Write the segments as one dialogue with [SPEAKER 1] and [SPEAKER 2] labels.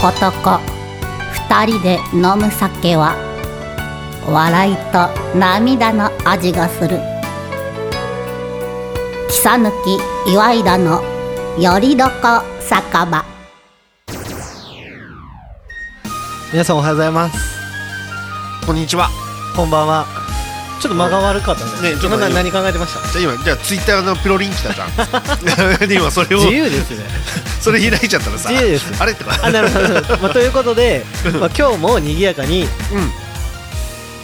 [SPEAKER 1] 男二人で飲む酒は笑いと涙の味がする草抜き岩井田のよりどこ酒場
[SPEAKER 2] 皆さんおはようございます
[SPEAKER 3] こんにちは。
[SPEAKER 2] こんばんはちょっと間が悪かったね
[SPEAKER 3] ねちょっと
[SPEAKER 2] 今
[SPEAKER 3] 今
[SPEAKER 2] 何考えてました
[SPEAKER 3] じゃあ今、じゃあツイッターのピロリン来たじゃ ん。で今それを、
[SPEAKER 2] 自由ですね
[SPEAKER 3] それ開いちゃったらさ、
[SPEAKER 2] 自由です
[SPEAKER 3] あれとか。
[SPEAKER 2] あなるほどなるほど、まあ、ということで、まあ、今日も賑やかに
[SPEAKER 3] うん。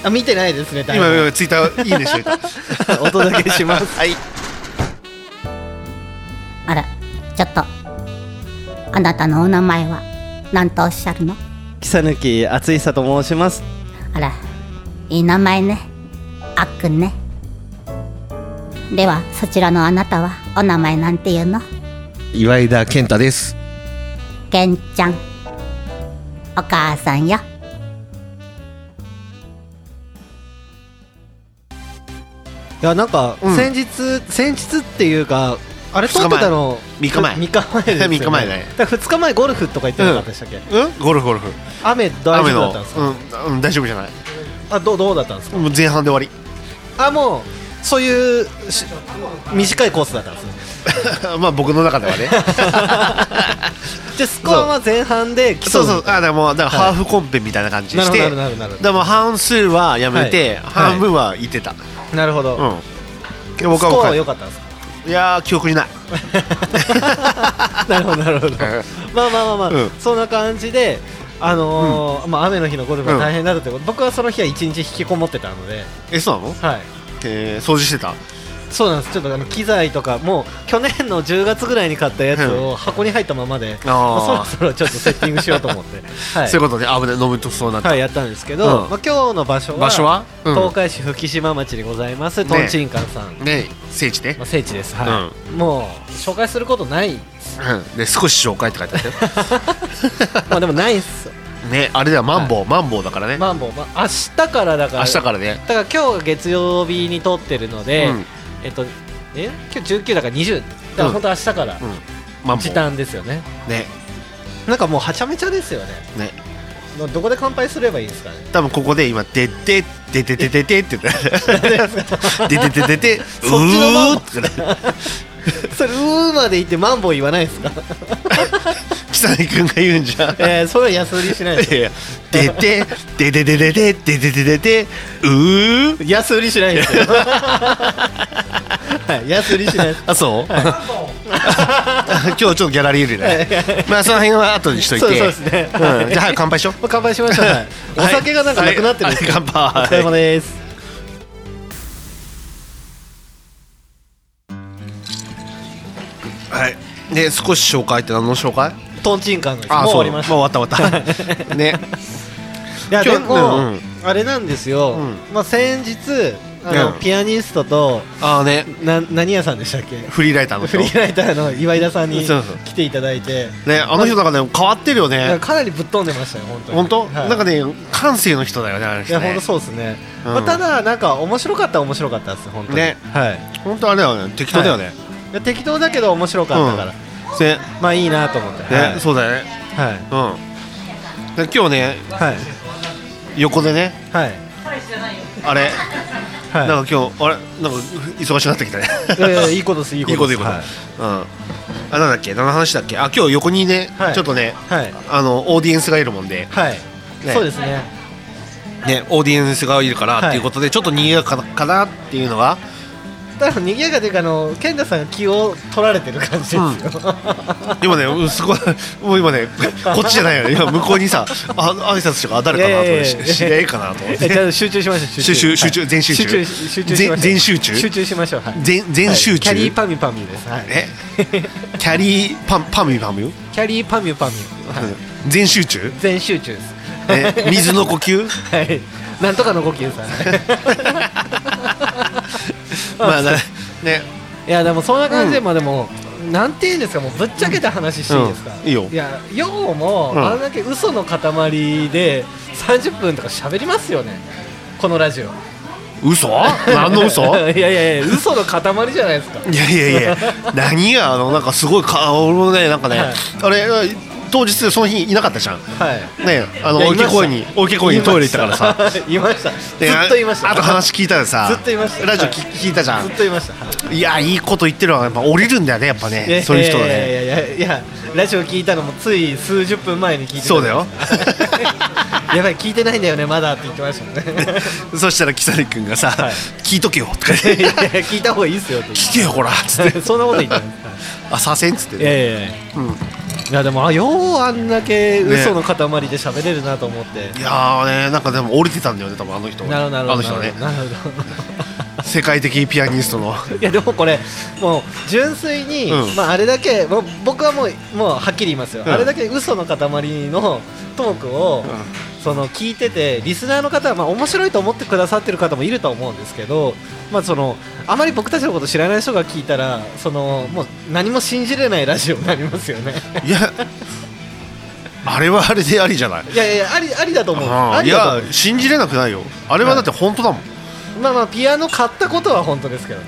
[SPEAKER 2] あ見てないですね
[SPEAKER 3] 今、
[SPEAKER 2] 今
[SPEAKER 3] 今ツイッターいいね しといた。
[SPEAKER 2] お届けします
[SPEAKER 3] はい。
[SPEAKER 1] あらちょっとあなたのお名前は何とおっしゃるの
[SPEAKER 2] 草抜き厚久と申します
[SPEAKER 1] あらいい名前ねあっくんねではそちらのあなたはお名前なんていうの
[SPEAKER 4] 岩井田健太です。
[SPEAKER 1] けんちゃんお母さんよ
[SPEAKER 2] いやなんか、
[SPEAKER 3] うん
[SPEAKER 2] 先日先日っていうかあれ撮ってたの
[SPEAKER 3] 二日前
[SPEAKER 2] 3日前ですよ、ね、
[SPEAKER 3] 三日前だね
[SPEAKER 2] から二日前ゴルフとか行ってなかったでしたっけ、
[SPEAKER 3] うんゴルフゴルフ。
[SPEAKER 2] 雨大丈夫だったんですか、
[SPEAKER 3] 雨のうん、うん、大丈夫じゃない。
[SPEAKER 2] あどうどうだったんですか
[SPEAKER 3] もう前半で終わ
[SPEAKER 2] あもうそういうし短いコースだったんですね
[SPEAKER 3] り。 まあ僕の中で はね。
[SPEAKER 2] じゃあスコアは前半で競う
[SPEAKER 3] そうそう。あ、だからもう、だからハーフコンペみたいな感じにして。
[SPEAKER 2] なるほどなるほどなるほど
[SPEAKER 3] でも半数はやめ
[SPEAKER 2] は
[SPEAKER 3] て、
[SPEAKER 2] い
[SPEAKER 3] 半分は行ってた。
[SPEAKER 2] なるほど、
[SPEAKER 3] うん。で
[SPEAKER 2] ス
[SPEAKER 3] 僕
[SPEAKER 2] コ
[SPEAKER 3] は
[SPEAKER 2] ア
[SPEAKER 3] もう
[SPEAKER 2] は
[SPEAKER 3] 帰
[SPEAKER 2] 良
[SPEAKER 3] る
[SPEAKER 2] かったんですか
[SPEAKER 3] いやー、記憶にない。
[SPEAKER 2] なるほどなるほどまあまあまあまあ、
[SPEAKER 3] うん
[SPEAKER 2] そんな感じであのーまあ、雨の日のゴルフは大変だったということ、僕はその日は一日引きこもってたので、
[SPEAKER 3] え、そうなの
[SPEAKER 2] はい、
[SPEAKER 3] えー、掃除してた
[SPEAKER 2] そうなんですちょっとあの機材とかもう去年の10月ぐらいに買ったやつを箱に入ったままで、まあそろ
[SPEAKER 3] あ
[SPEAKER 2] そろちょっとセッティングしようと思って、 は
[SPEAKER 3] あ。
[SPEAKER 2] い
[SPEAKER 3] そういうことね。危ない。飲むとそうなった。
[SPEAKER 2] はい、やったんですけど、
[SPEAKER 3] うん
[SPEAKER 2] まあ、今日の場所は
[SPEAKER 3] 場所はうん
[SPEAKER 2] 東海市福島町にございます、とんちんかんさん、
[SPEAKER 3] ね聖地ね
[SPEAKER 2] まあ、聖地です、はいもう紹介することない
[SPEAKER 3] うんで少し紹介って書いてあったよ
[SPEAKER 2] まあでもないっす
[SPEAKER 3] ねあれだよマンボウ、マンボウだからね、
[SPEAKER 2] マンボウ、まあ、明日からだから
[SPEAKER 3] 明日からね
[SPEAKER 2] だから今日が月曜日に撮ってるので、
[SPEAKER 3] うん
[SPEAKER 2] えっとえ今日19だから20だから本当明日から
[SPEAKER 3] うんマンボ
[SPEAKER 2] 時
[SPEAKER 3] ウ
[SPEAKER 2] 短ですよね、
[SPEAKER 3] ね
[SPEAKER 2] なんかもうはちゃめちゃですよね
[SPEAKER 3] ね
[SPEAKER 2] もうどこで乾杯すればいいんですかね
[SPEAKER 3] 多分ここで今「ででででででで」って言ったででででで」
[SPEAKER 2] ちのマンボ
[SPEAKER 3] うー
[SPEAKER 2] ウ
[SPEAKER 3] って言って
[SPEAKER 2] それ「うー」まで言ってマンボウ言わないですか
[SPEAKER 3] 草薙君が言うんじゃんい
[SPEAKER 2] えー、それは安売りしないです
[SPEAKER 3] やいやででででででででででででうー
[SPEAKER 2] 安売りしないですよ はい安売りしない です
[SPEAKER 3] あそう今日ちょっとギャラリーよりねまあその辺は後にしといて
[SPEAKER 2] そうそうですね
[SPEAKER 3] んじゃあ早く乾杯しよう
[SPEAKER 2] 乾杯しましょう、はい、お酒がなんかなくなってるんですよ、
[SPEAKER 3] はい
[SPEAKER 2] お疲
[SPEAKER 3] はい
[SPEAKER 2] れ
[SPEAKER 3] 乾
[SPEAKER 2] 様
[SPEAKER 3] 杯
[SPEAKER 2] です
[SPEAKER 3] はいで少し紹介って何の紹介
[SPEAKER 2] とんちんかんの日
[SPEAKER 3] あ
[SPEAKER 2] もう
[SPEAKER 3] そう
[SPEAKER 2] 終わりました
[SPEAKER 3] もう終わった終 わったね
[SPEAKER 2] いや
[SPEAKER 3] 今
[SPEAKER 2] で
[SPEAKER 3] 日
[SPEAKER 2] も、
[SPEAKER 3] うんうん
[SPEAKER 2] あれなんですよ、
[SPEAKER 3] うん
[SPEAKER 2] まあ、先日あの、
[SPEAKER 3] うん
[SPEAKER 2] ピアニストと
[SPEAKER 3] あのね
[SPEAKER 2] な何屋さんでしたっけ
[SPEAKER 3] フリーライターの
[SPEAKER 2] フ
[SPEAKER 3] 人
[SPEAKER 2] リーライターの岩井田さんに
[SPEAKER 3] そうそう
[SPEAKER 2] 来ていただいて
[SPEAKER 3] ねあの人なんかね変わってるよ
[SPEAKER 2] いや
[SPEAKER 3] ね
[SPEAKER 2] かなりぶっ飛んでましたよ本当に
[SPEAKER 3] 本当
[SPEAKER 2] はい
[SPEAKER 3] なんかね感性の人だよねあの
[SPEAKER 2] い
[SPEAKER 3] 人
[SPEAKER 2] や本当
[SPEAKER 3] ね
[SPEAKER 2] そうですね、
[SPEAKER 3] うん
[SPEAKER 2] まあ、ただなんか面白かったら面白かったです本当に
[SPEAKER 3] ね
[SPEAKER 2] はい、
[SPEAKER 3] 本当あれだよね適当だよね
[SPEAKER 2] いや適当だけど面白かったから、
[SPEAKER 3] ね
[SPEAKER 2] まあいいなと思ってはい
[SPEAKER 3] ねそうだよね
[SPEAKER 2] はい
[SPEAKER 3] うんで今日ね
[SPEAKER 2] はい
[SPEAKER 3] 横でね
[SPEAKER 2] はい
[SPEAKER 3] あれ
[SPEAKER 2] はい
[SPEAKER 3] なんか今日あれなんか忙しくなってきたね
[SPEAKER 2] いやいやいいことですいい
[SPEAKER 3] いい
[SPEAKER 2] こ
[SPEAKER 3] こととい
[SPEAKER 2] で
[SPEAKER 3] い
[SPEAKER 2] す
[SPEAKER 3] ことうんあなんだっけ何の話だっけあ今日横にね
[SPEAKER 2] はい
[SPEAKER 3] ちょっとね
[SPEAKER 2] はいはい、
[SPEAKER 3] あのオーディエンスがいるもんで
[SPEAKER 2] はい
[SPEAKER 3] ね
[SPEAKER 2] そうですね
[SPEAKER 3] ね、オーディエンスがいるから
[SPEAKER 2] はい
[SPEAKER 3] っていうことで、ちょっと賑やかかなっていうのが、
[SPEAKER 2] ただ賑やかというかあの健太さんが気を取られてる感じですよ、
[SPEAKER 3] 今ね、うんすごい、もう今ね、こっちじゃないよね、今向こうにさ、あ挨拶とか、あ誰かなと
[SPEAKER 2] いやいや
[SPEAKER 3] 思って、
[SPEAKER 2] いや
[SPEAKER 3] し知り合いかなと思っ
[SPEAKER 2] えじ
[SPEAKER 3] て、
[SPEAKER 2] ゃあ集中しましょう
[SPEAKER 3] 集中、集中、全集中、
[SPEAKER 2] 集中集中しましょう
[SPEAKER 3] 全全集中、
[SPEAKER 2] 集中しましょうはい
[SPEAKER 3] 全全集中、
[SPEAKER 2] はいキャリーパミュパミュですはい
[SPEAKER 3] えキャリーパンパミュパミュ、
[SPEAKER 2] キャリーパミュパミュはい
[SPEAKER 3] 全集中、
[SPEAKER 2] 全集中です
[SPEAKER 3] え水の呼吸、
[SPEAKER 2] はいなんとかのごきゅう さん
[SPEAKER 3] まあなね、
[SPEAKER 2] いやでもそんな感じで、まあでもなんていうんですかもうぶっちゃけた話していいですか、
[SPEAKER 3] うんいいよ
[SPEAKER 2] いやようも、
[SPEAKER 3] うん
[SPEAKER 2] あれだけ嘘の塊で30分とか喋りますよねこのラジオ
[SPEAKER 3] 嘘？何の嘘？
[SPEAKER 2] いやいやいや嘘の塊じゃないですか
[SPEAKER 3] いやいやいや何があのなんかすごいか俺もねなんかね、
[SPEAKER 2] はい
[SPEAKER 3] あれ当日その日いなかったじゃん
[SPEAKER 2] はい
[SPEAKER 3] ねあの
[SPEAKER 2] いや
[SPEAKER 3] 大
[SPEAKER 2] いまし
[SPEAKER 3] 池
[SPEAKER 2] た
[SPEAKER 3] 公園に大池公園にトイレ行ったからさ
[SPEAKER 2] いましたず
[SPEAKER 3] で
[SPEAKER 2] っといました
[SPEAKER 3] あと話聞いたらさ
[SPEAKER 2] ずっと言いました
[SPEAKER 3] ラジオ聞聞いたじゃ
[SPEAKER 2] ずっと言いましたはい
[SPEAKER 3] んいやいいこと言ってるわやっぱ降りるんだよねやっぱ
[SPEAKER 2] いや
[SPEAKER 3] ねそういう人はね
[SPEAKER 2] いやいやいやいやラジオ聞いたのもつい数十分前に聞いてた
[SPEAKER 3] そうだよ
[SPEAKER 2] やばい聞いてないんだよねまだって言ってましたもんね
[SPEAKER 3] そしたらキサリ君がさ
[SPEAKER 2] はい
[SPEAKER 3] 「聞いとけよ」とか
[SPEAKER 2] い やいや
[SPEAKER 3] 言って
[SPEAKER 2] 聞いた方がいいっすよって
[SPEAKER 3] 「聞けよほら」つ
[SPEAKER 2] 言
[SPEAKER 3] っ
[SPEAKER 2] って
[SPEAKER 3] て
[SPEAKER 2] そんなこと言ったんで
[SPEAKER 3] 「あ左遷」っつって
[SPEAKER 2] すいやい
[SPEAKER 3] ね
[SPEAKER 2] やいや
[SPEAKER 3] うん
[SPEAKER 2] いやでもあようあんだけ嘘の塊で喋れるなと思って、
[SPEAKER 3] いやーねなんかでも降りてたんだよね多分あの人
[SPEAKER 2] なるほど
[SPEAKER 3] は
[SPEAKER 2] な
[SPEAKER 3] あ
[SPEAKER 2] るほ
[SPEAKER 3] の
[SPEAKER 2] ど
[SPEAKER 3] 人はね
[SPEAKER 2] なるほど
[SPEAKER 3] 世界的ピアニストの
[SPEAKER 2] いやでもこれもう純粋に、
[SPEAKER 3] うん
[SPEAKER 2] まああれだけもう僕はもうもうはっきり言いますよ、
[SPEAKER 3] うん
[SPEAKER 2] あれだけ嘘の塊のトークを、その聞いててリスナーの方はまあ面白いと思ってくださってる方もいると思うんですけど、まあ、そのあまり僕たちのこと知らない人が聞いたらそのもう何も信じれないラジオになりますよ ね
[SPEAKER 3] いやあれはあれでありじゃない
[SPEAKER 2] いやいやありありだと思う
[SPEAKER 3] あ
[SPEAKER 2] あ
[SPEAKER 3] ーい
[SPEAKER 2] りだと
[SPEAKER 3] や
[SPEAKER 2] 思
[SPEAKER 3] 信じれなくないよあれはだって本当だもん
[SPEAKER 2] うまあまあピアノ買ったことは本当ですけどね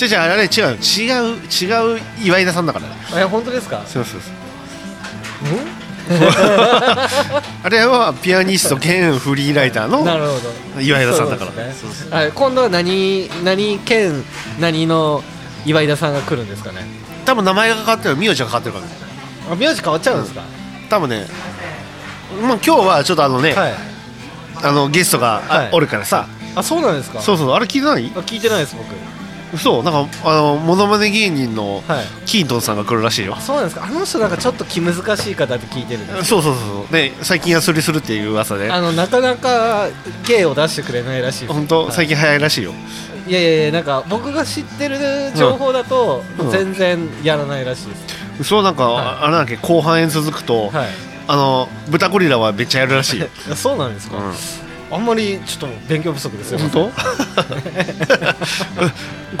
[SPEAKER 3] 違う違うあれ違う違う違う岩井田さんだから
[SPEAKER 2] え本当ですか
[SPEAKER 3] そうそうそう あれはピアニスト兼フリーライター
[SPEAKER 2] な
[SPEAKER 3] の
[SPEAKER 2] るほど
[SPEAKER 3] 岩井田さんだから
[SPEAKER 2] そうです
[SPEAKER 3] そうそう
[SPEAKER 2] ねはい今度は何何兼何の岩井田さんが来るんですかね
[SPEAKER 3] 多分名前が変わってる名字が変わってるからね
[SPEAKER 2] あ名字変わっちゃうんですか、
[SPEAKER 3] 多分ねまあ今日はちょっとあのね、
[SPEAKER 2] はい
[SPEAKER 3] あのゲストが、あ
[SPEAKER 2] はい
[SPEAKER 3] おるからさ
[SPEAKER 2] あそうなんですか
[SPEAKER 3] そうそうあれ聞いてない
[SPEAKER 2] あ聞いてないです僕
[SPEAKER 3] そうなんかあのモノマネ芸人の
[SPEAKER 2] はい
[SPEAKER 3] キートンさんが来るらしいよ
[SPEAKER 2] あそうなんですかあの人なんかちょっと気難しい方って聞いてるんです
[SPEAKER 3] そうそうそうね最近ヤスリするっていう噂で
[SPEAKER 2] あのなかなか芸を出してくれないらしいです
[SPEAKER 3] 本当
[SPEAKER 2] はい
[SPEAKER 3] 最近早いらしいよ
[SPEAKER 2] いやいやいやなんか僕が知ってる情報だと
[SPEAKER 3] うん
[SPEAKER 2] 全然やらないらしいです、
[SPEAKER 3] そうなんか、
[SPEAKER 2] はい
[SPEAKER 3] あれなんだっけ後半へ続くと、
[SPEAKER 2] はい
[SPEAKER 3] あの豚ゴリラはめっちゃやるらしいよ
[SPEAKER 2] あ そうなんですか、あんまりちょっと勉強不足ですよ
[SPEAKER 3] 本当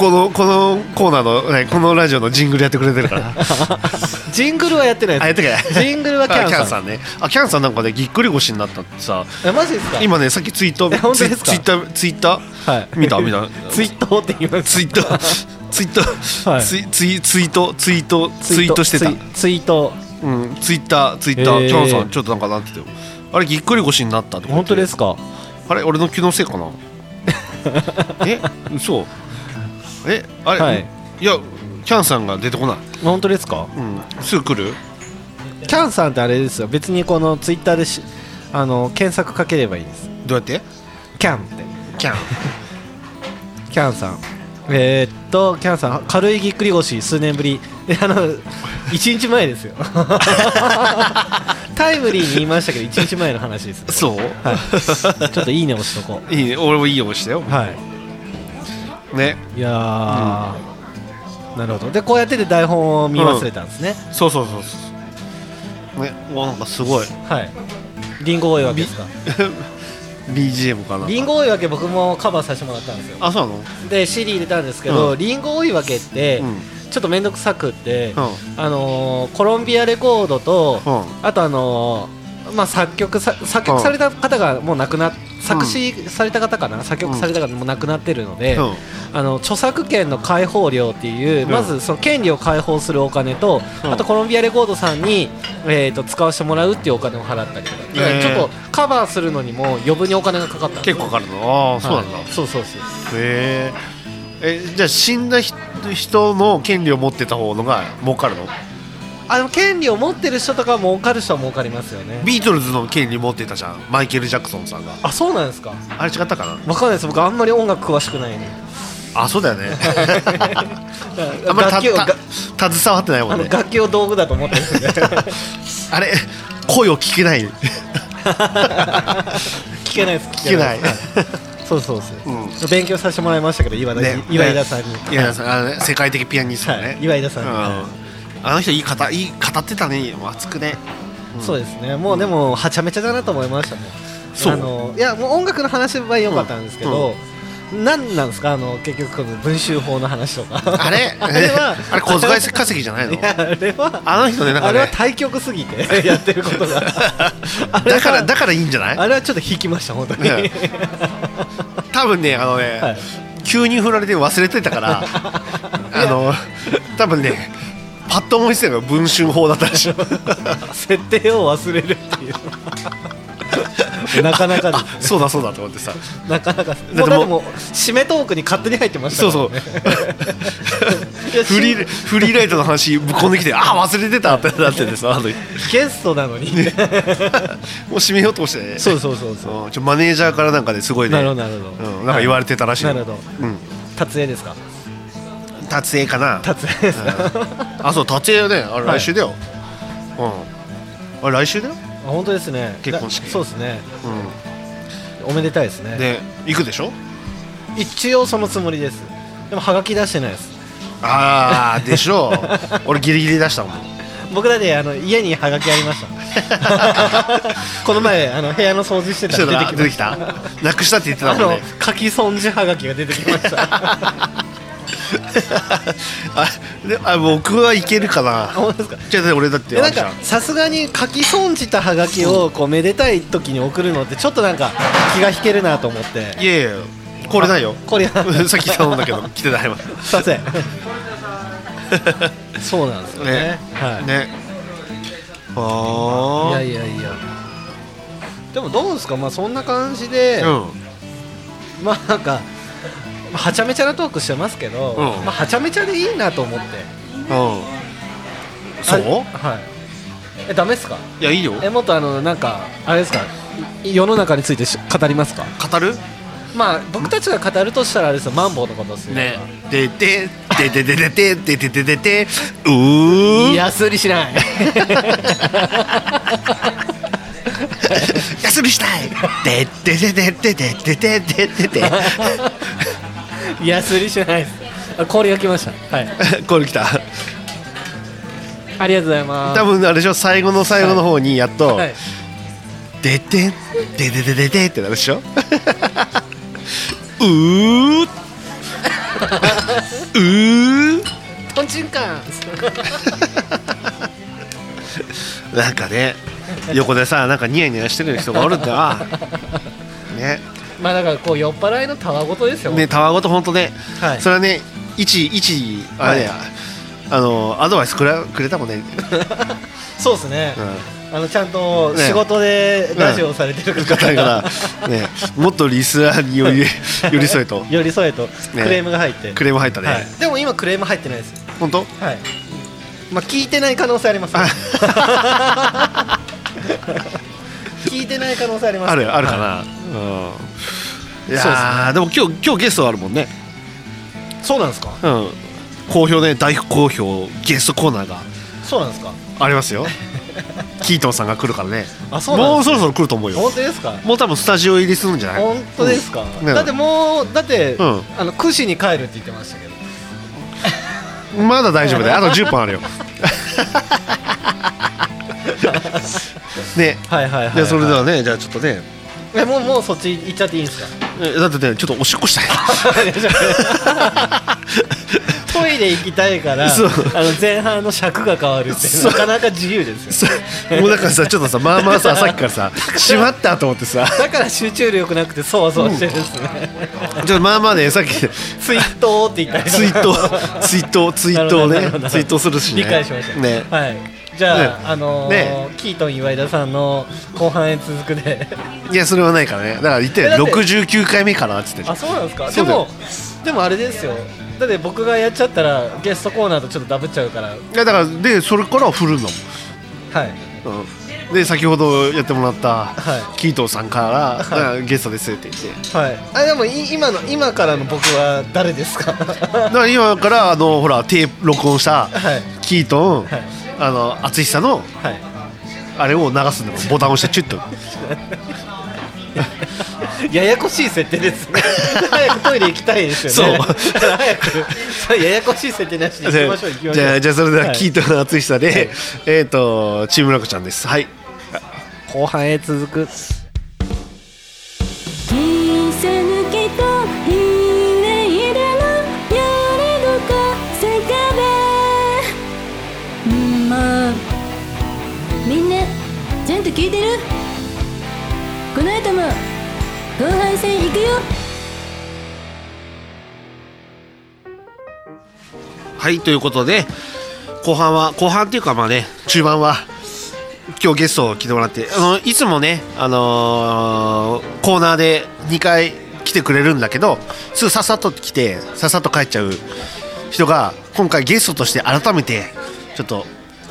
[SPEAKER 3] このこのコーナーの、ね、このラジオのジングルやってくれてるから
[SPEAKER 2] ジングルはやってない
[SPEAKER 3] あやって
[SPEAKER 2] で
[SPEAKER 3] くれ
[SPEAKER 2] すジングルはキャンさん
[SPEAKER 3] んねあキャンさんなんかねぎっくり腰になったってさ
[SPEAKER 2] えマジですか
[SPEAKER 3] 今ねさっきツイート
[SPEAKER 2] え本当
[SPEAKER 3] ツイ
[SPEAKER 2] ですか
[SPEAKER 3] ツイッターツイッター、
[SPEAKER 2] はい
[SPEAKER 3] 見た見た
[SPEAKER 2] ツイートって言います
[SPEAKER 3] ツイッタ ーツイッタ
[SPEAKER 2] はい
[SPEAKER 3] ーツイツイツイートツイートツイートしてた
[SPEAKER 2] ツイツイート
[SPEAKER 3] うん、ツイッター、ツイッタ
[SPEAKER 2] へ
[SPEAKER 3] ー、
[SPEAKER 2] ー
[SPEAKER 3] キャンさん、ちょっとなんかなんて言ってたよ。あれ、ぎっくり腰になったって。
[SPEAKER 2] 本当ですすか
[SPEAKER 3] あれ、俺の気のせいか な。え、嘘。え、あれ、
[SPEAKER 2] はい
[SPEAKER 3] い、や、キャンさんが出てこない。
[SPEAKER 2] 本当ですか
[SPEAKER 3] うん、すぐ来る。
[SPEAKER 2] キャンさんってあれですよ別にこのツイッターでしあの検索かければいいです
[SPEAKER 3] どうやって。
[SPEAKER 2] キャンって
[SPEAKER 3] キャン。
[SPEAKER 2] キャンさんえー、っとキャンさん軽いぎっくり腰数年ぶりであの1日前 ですよタイムリーに言いましたけど1日前の話です、
[SPEAKER 3] そう。
[SPEAKER 2] はい、ちょっといいね押しとこ
[SPEAKER 3] い、いね、俺もいいよ、したよ
[SPEAKER 2] う。はい
[SPEAKER 3] ね。
[SPEAKER 2] いやー、なるほどでこうやってで台本を見忘れたんですね、
[SPEAKER 3] そうそうそうそう。ね、うわ、なんかすごい。
[SPEAKER 2] はいリンゴ多いわけですか
[SPEAKER 3] B. G. M. かな。
[SPEAKER 2] リンゴ多いわけ僕もカバーさせてもらったんですよ
[SPEAKER 3] あ、そうなの。
[SPEAKER 2] で CD 入れたんですけど、
[SPEAKER 3] うん
[SPEAKER 2] リンゴ多いわけって、
[SPEAKER 3] うん。
[SPEAKER 2] ちょっと面倒くさくって、
[SPEAKER 3] う
[SPEAKER 2] あのーコロンビアレコードと、
[SPEAKER 3] ん。うん。
[SPEAKER 2] あとあのーまあ、作曲さ作曲された方がもう亡くなっ作詞された方かな、作曲された方もう亡くなってるので、
[SPEAKER 3] うん。
[SPEAKER 2] あの著作権の解放料っていう、
[SPEAKER 3] うん
[SPEAKER 2] まずその権利を解放するお金と、
[SPEAKER 3] うん
[SPEAKER 2] あとコロンビアレコードさんに、えー、と使わせてもらうっていうお金を払ったりとか、だからちょっとカバーするのにも余分にお金がかかったんです
[SPEAKER 3] 結構かかるの。ああ、そうなんだ。
[SPEAKER 2] はいそうそうそう
[SPEAKER 3] へええじゃあ死んだ人人の権利を持ってた方のが儲かるの
[SPEAKER 2] あの権利を持ってる人とか儲かる人は儲かりますよね
[SPEAKER 3] ビートルズの権利持ってたじゃんマイケル・ジャクソンさんが
[SPEAKER 2] あそうなんですか
[SPEAKER 3] あれ違ったかな
[SPEAKER 2] わかんないです僕あんまり音楽詳しくないね
[SPEAKER 3] あそうだ よねあんま
[SPEAKER 2] 楽
[SPEAKER 3] りた
[SPEAKER 2] 器をが
[SPEAKER 3] た携わってないも
[SPEAKER 2] あ
[SPEAKER 3] ん
[SPEAKER 2] の
[SPEAKER 3] ね
[SPEAKER 2] 楽器を道具だと思ってるん で
[SPEAKER 3] あれ声を聞けない聞
[SPEAKER 2] 聞けないです聞
[SPEAKER 3] けない
[SPEAKER 2] そうそうそう
[SPEAKER 3] うん
[SPEAKER 2] 勉強させてもらいましたけど岩田,、
[SPEAKER 3] ね
[SPEAKER 2] 岩井田さんに
[SPEAKER 3] いやあのね世界的ピアニスト
[SPEAKER 2] は
[SPEAKER 3] ね、
[SPEAKER 2] い、岩井田さ
[SPEAKER 3] うん
[SPEAKER 2] に、
[SPEAKER 3] んあの人いい方いい語ってたね熱く ね
[SPEAKER 2] そうですねもうでもはちゃめちゃだなと思いましたもん
[SPEAKER 3] そう
[SPEAKER 2] あのいやもう音楽の話は良かったんですけど、なんなんですかあの結局この文集法の話とか
[SPEAKER 3] あれ
[SPEAKER 2] あれは
[SPEAKER 3] あれ小遣い稼ぎじゃないの
[SPEAKER 2] いや あれは
[SPEAKER 3] あの人ねなん
[SPEAKER 2] あ
[SPEAKER 3] か
[SPEAKER 2] れは
[SPEAKER 3] ね
[SPEAKER 2] 対局すぎて やってること があれは
[SPEAKER 3] だからだからいいんじゃない
[SPEAKER 2] あれはちょっと引きました本当に、
[SPEAKER 3] ね多分ねあのね、
[SPEAKER 2] はい
[SPEAKER 3] 急に振られて忘れてたからあの多分ねパッと思いついたのが文春法だったらしい
[SPEAKER 2] 設定を忘れるって いう なかなかです
[SPEAKER 3] そうだそうだと思ってさ
[SPEAKER 2] なかなか
[SPEAKER 3] も
[SPEAKER 2] もうだってもう締めトークに勝手に入ってました
[SPEAKER 3] そう
[SPEAKER 2] から
[SPEAKER 3] そう
[SPEAKER 2] ね いや
[SPEAKER 3] フリーフリーライトの話ぶっこんできてあー忘れてたってなっててさあの
[SPEAKER 2] ゲストなのに
[SPEAKER 3] もう締めようとしてね
[SPEAKER 2] そうそうそうそう
[SPEAKER 3] うんちょマネージャーからなんかですごいね
[SPEAKER 2] なるほどなるほど
[SPEAKER 3] うん、なんか言われてたらしいの
[SPEAKER 2] なるほど
[SPEAKER 3] うん
[SPEAKER 2] 達成ですか
[SPEAKER 3] 達成かな
[SPEAKER 2] 達成 ですか
[SPEAKER 3] あそう達成ねあれ
[SPEAKER 2] はい
[SPEAKER 3] 来週だよ、うんあれ来週だよ、
[SPEAKER 2] あ本当ですね
[SPEAKER 3] 結婚式
[SPEAKER 2] だそうですね
[SPEAKER 3] う
[SPEAKER 2] おめでたいです
[SPEAKER 3] ん、
[SPEAKER 2] ね
[SPEAKER 3] で行くでしょ
[SPEAKER 2] 一応そのつもりですでもはがき出してないです
[SPEAKER 3] ああでし ょう俺ギリギリ出したもん
[SPEAKER 2] 僕だってあの家にはがきありました この前あの部屋の掃除してた
[SPEAKER 3] 出
[SPEAKER 2] ら
[SPEAKER 3] て
[SPEAKER 2] 出て
[SPEAKER 3] き
[SPEAKER 2] きました
[SPEAKER 3] たなくしたって言ってた
[SPEAKER 2] あ
[SPEAKER 3] もん
[SPEAKER 2] の
[SPEAKER 3] ね
[SPEAKER 2] 書き損じはがきが出てきました
[SPEAKER 3] あで あ僕はいけるかな
[SPEAKER 2] 本当ですか
[SPEAKER 3] じゃあ俺だって
[SPEAKER 2] で
[SPEAKER 3] あ
[SPEAKER 2] なん
[SPEAKER 3] れじゃ
[SPEAKER 2] か
[SPEAKER 3] ん
[SPEAKER 2] さすがに書き損じたはがきをこうめでたい時に送るのってちょっとなんか気が引けるなと思って
[SPEAKER 3] いやいやこれないよ
[SPEAKER 2] これ
[SPEAKER 3] さっき頼んだけど来てないわ
[SPEAKER 2] さ せそうなんですよね
[SPEAKER 3] ね
[SPEAKER 2] はい、
[SPEAKER 3] ねあ
[SPEAKER 2] い
[SPEAKER 3] あ
[SPEAKER 2] やいやいやでもどうですかまあそんな感じで、
[SPEAKER 3] うん
[SPEAKER 2] まあなんかまあはちゃめちゃなトークしてますけど、
[SPEAKER 3] ん
[SPEAKER 2] まあ、はちゃめちゃでいいなと思って
[SPEAKER 3] うんそう
[SPEAKER 2] あはいえダメっすか
[SPEAKER 3] いやいいよ
[SPEAKER 2] えもっとあのなんかあれですかい世の中についてし語りますか
[SPEAKER 3] 語る
[SPEAKER 2] まあ僕たちが語るとしたらあれですよマンボウのことですよ
[SPEAKER 3] ねででででででででででででうー
[SPEAKER 2] いやすりしない
[SPEAKER 3] 休みしたいでででででででででで で
[SPEAKER 2] いやすりしないですあ氷が来ましたはい
[SPEAKER 3] これ来た
[SPEAKER 2] ありがとうございます
[SPEAKER 3] 多分あれでしょ最後の最後の方にやっと
[SPEAKER 2] はい、
[SPEAKER 3] でででででででってなるでしょ うーうー
[SPEAKER 2] トンチンカン
[SPEAKER 3] なんかね横でさなんかニヤニヤしてる人がおるんだわね
[SPEAKER 2] まあだからこう酔っ払いのたわごとですよ
[SPEAKER 3] ねたわごと本当ね、
[SPEAKER 2] はい
[SPEAKER 3] それはね一一あれや、あのアドバイスくれくれたもんね、
[SPEAKER 2] そうですね、
[SPEAKER 3] う
[SPEAKER 2] あのちゃんと
[SPEAKER 3] ね
[SPEAKER 2] 仕事でラジオをされてる
[SPEAKER 3] ん、方からねもっとリスナーに寄り寄り添えと
[SPEAKER 2] 寄り添えとクレームが入って、
[SPEAKER 3] クレーム入ったね、
[SPEAKER 2] はい、でも今クレーム入ってないです
[SPEAKER 3] 本当
[SPEAKER 2] はいまあ聞いてない可能性あり ます聞いてない可能性あります
[SPEAKER 3] あるあるかな、
[SPEAKER 2] は
[SPEAKER 3] うんいやーでも今日今日ゲストあるもんね
[SPEAKER 2] いそうなんですか
[SPEAKER 3] うん好評ね大好評ゲストコーナーが
[SPEAKER 2] そうなんですか
[SPEAKER 3] あり ますよキートンさんが来るからね
[SPEAKER 2] あそうなん
[SPEAKER 3] も
[SPEAKER 2] で
[SPEAKER 3] う
[SPEAKER 2] す
[SPEAKER 3] そ
[SPEAKER 2] ね
[SPEAKER 3] ろそろ来ると思うよ
[SPEAKER 2] 本当ですか
[SPEAKER 3] もう多分スタジオ入りするんじゃない
[SPEAKER 2] 本当ですか、
[SPEAKER 3] ね
[SPEAKER 2] だってもうだって、
[SPEAKER 3] うん
[SPEAKER 2] あの9時に帰るって言ってましたけど
[SPEAKER 3] まだ大丈夫だよあと10分あるよ ね
[SPEAKER 2] はいはいはい、
[SPEAKER 3] じゃあそれではねじゃあちょっとね
[SPEAKER 2] えもうもうそっち行っちゃっていいんですか
[SPEAKER 3] えだってねちょっとおしっこし たい
[SPEAKER 2] トイレ行きたいからあ
[SPEAKER 3] そう
[SPEAKER 2] の前半の尺が変わるってなかなか自由ですよ
[SPEAKER 3] そうもうだからさちょっとさまあま あささっきからさしまったと思ってさ
[SPEAKER 2] だから集中力なくてそわそわしてるんですね、
[SPEAKER 3] ちょっとまあまあねさっきツ
[SPEAKER 2] ツイートって言ったりとか
[SPEAKER 3] イートツイートツイートを
[SPEAKER 2] な
[SPEAKER 3] ね
[SPEAKER 2] るほどなるほど
[SPEAKER 3] ツイートするしね
[SPEAKER 2] 理解しました
[SPEAKER 3] ね
[SPEAKER 2] はいじゃあ、
[SPEAKER 3] ね
[SPEAKER 2] あのー
[SPEAKER 3] ね
[SPEAKER 2] キートン岩井田さんの後半へ続くで
[SPEAKER 3] いやそれはないからねだから言って
[SPEAKER 2] えだって
[SPEAKER 3] 69回目かなっつって
[SPEAKER 2] あそうなんですか
[SPEAKER 3] そ
[SPEAKER 2] で
[SPEAKER 3] うだよ
[SPEAKER 2] もでもあれですよだって僕がやっちゃったらゲストコーナーとちょっとダブっちゃうから
[SPEAKER 3] いやだからでそれからは振るんだ
[SPEAKER 2] はい
[SPEAKER 3] もん、うん、で先ほどやってもらった、
[SPEAKER 2] は
[SPEAKER 3] キートンさんから、あゲストですって言って
[SPEAKER 2] はいあでもい今の今からの僕は誰ですか
[SPEAKER 3] だから今からあのほらテープ録音した、
[SPEAKER 2] はい
[SPEAKER 3] キートン、
[SPEAKER 2] はい
[SPEAKER 3] あの淳さんの
[SPEAKER 2] はい
[SPEAKER 3] あれを流すんだもんボタンを押してチュッと
[SPEAKER 2] ややこしい設定ですね早くトイレ行きたいですよね
[SPEAKER 3] そう
[SPEAKER 2] 早くそうややこしい設定なしで行きましょう行きましょう
[SPEAKER 3] じゃあじゃあそれでは、
[SPEAKER 2] い
[SPEAKER 3] キートン淳さんで、えっ、とチームラコちゃんですはい
[SPEAKER 2] 後半へ続く
[SPEAKER 5] 「切りさぬけとひねいだのやれどこせかべ」んもうみんなちゃんと聞いてるこの後も後半戦行くよ
[SPEAKER 3] はいということで後半は後半っていうかまあね中盤は今日ゲストを来てもらってあのいつもね、あのーコーナーで2回来てくれるんだけどすぐさっさと来てさっさと帰っちゃう人が今回ゲストとして改めてちょっと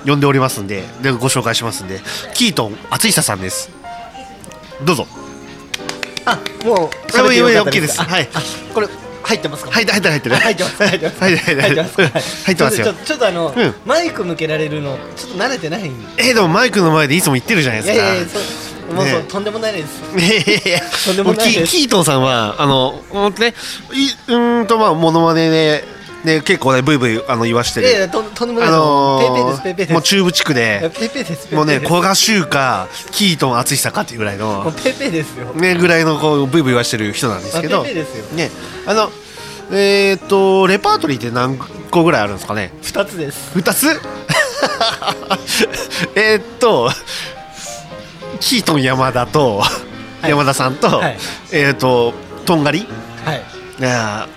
[SPEAKER 3] 呼んでおりますんででご紹介しますんでキートン厚久さんですどうぞ
[SPEAKER 2] あもう
[SPEAKER 3] あもういいよいいよ
[SPEAKER 2] 喋ってよかった
[SPEAKER 3] OK です
[SPEAKER 2] か
[SPEAKER 3] はい
[SPEAKER 2] あこれ入ってますか
[SPEAKER 3] 入って入って入ってる
[SPEAKER 2] 入ってます入ってます
[SPEAKER 3] 入って入って
[SPEAKER 2] 入ってます
[SPEAKER 3] 入ってますよ
[SPEAKER 2] ちょっとちょっとあの
[SPEAKER 3] うん
[SPEAKER 2] マイク向けられるのちょっと慣れてないんで
[SPEAKER 3] えーでもマイクの前でいつも言ってるじゃない
[SPEAKER 2] いや
[SPEAKER 3] です
[SPEAKER 2] い
[SPEAKER 3] か
[SPEAKER 2] やいやそうもう
[SPEAKER 3] ね
[SPEAKER 2] そうとんでもないです
[SPEAKER 3] いやいやいや
[SPEAKER 2] とんでもないです
[SPEAKER 3] もうキキートンさんはあの本当ねいうーんとまあモノマネで、ね、結構ねブイブイあの言わして
[SPEAKER 2] い
[SPEAKER 3] る
[SPEAKER 2] やいやとんとんでもない
[SPEAKER 3] あ
[SPEAKER 2] です
[SPEAKER 3] の
[SPEAKER 2] ペーペーですペーペーです
[SPEAKER 3] もう中部地区
[SPEAKER 2] いや
[SPEAKER 3] で
[SPEAKER 2] ペーペーです
[SPEAKER 3] もうね
[SPEAKER 2] ペーペー
[SPEAKER 3] 古賀秀かキートン淳久かっていうぐらい
[SPEAKER 2] ですもう
[SPEAKER 3] の
[SPEAKER 2] ペーペーですよ
[SPEAKER 3] ねぐらいのこうブイブイ言わしてる人なんですけど
[SPEAKER 2] あペーペーですよ
[SPEAKER 3] ねあのえー、っとレパートリーって何個ぐらいあるんですかね
[SPEAKER 2] 二つです
[SPEAKER 3] 二つ えーっとキートン山田と、
[SPEAKER 2] はい
[SPEAKER 3] 山田さんと、
[SPEAKER 2] はい
[SPEAKER 3] えーっととんがり
[SPEAKER 2] はい
[SPEAKER 3] あ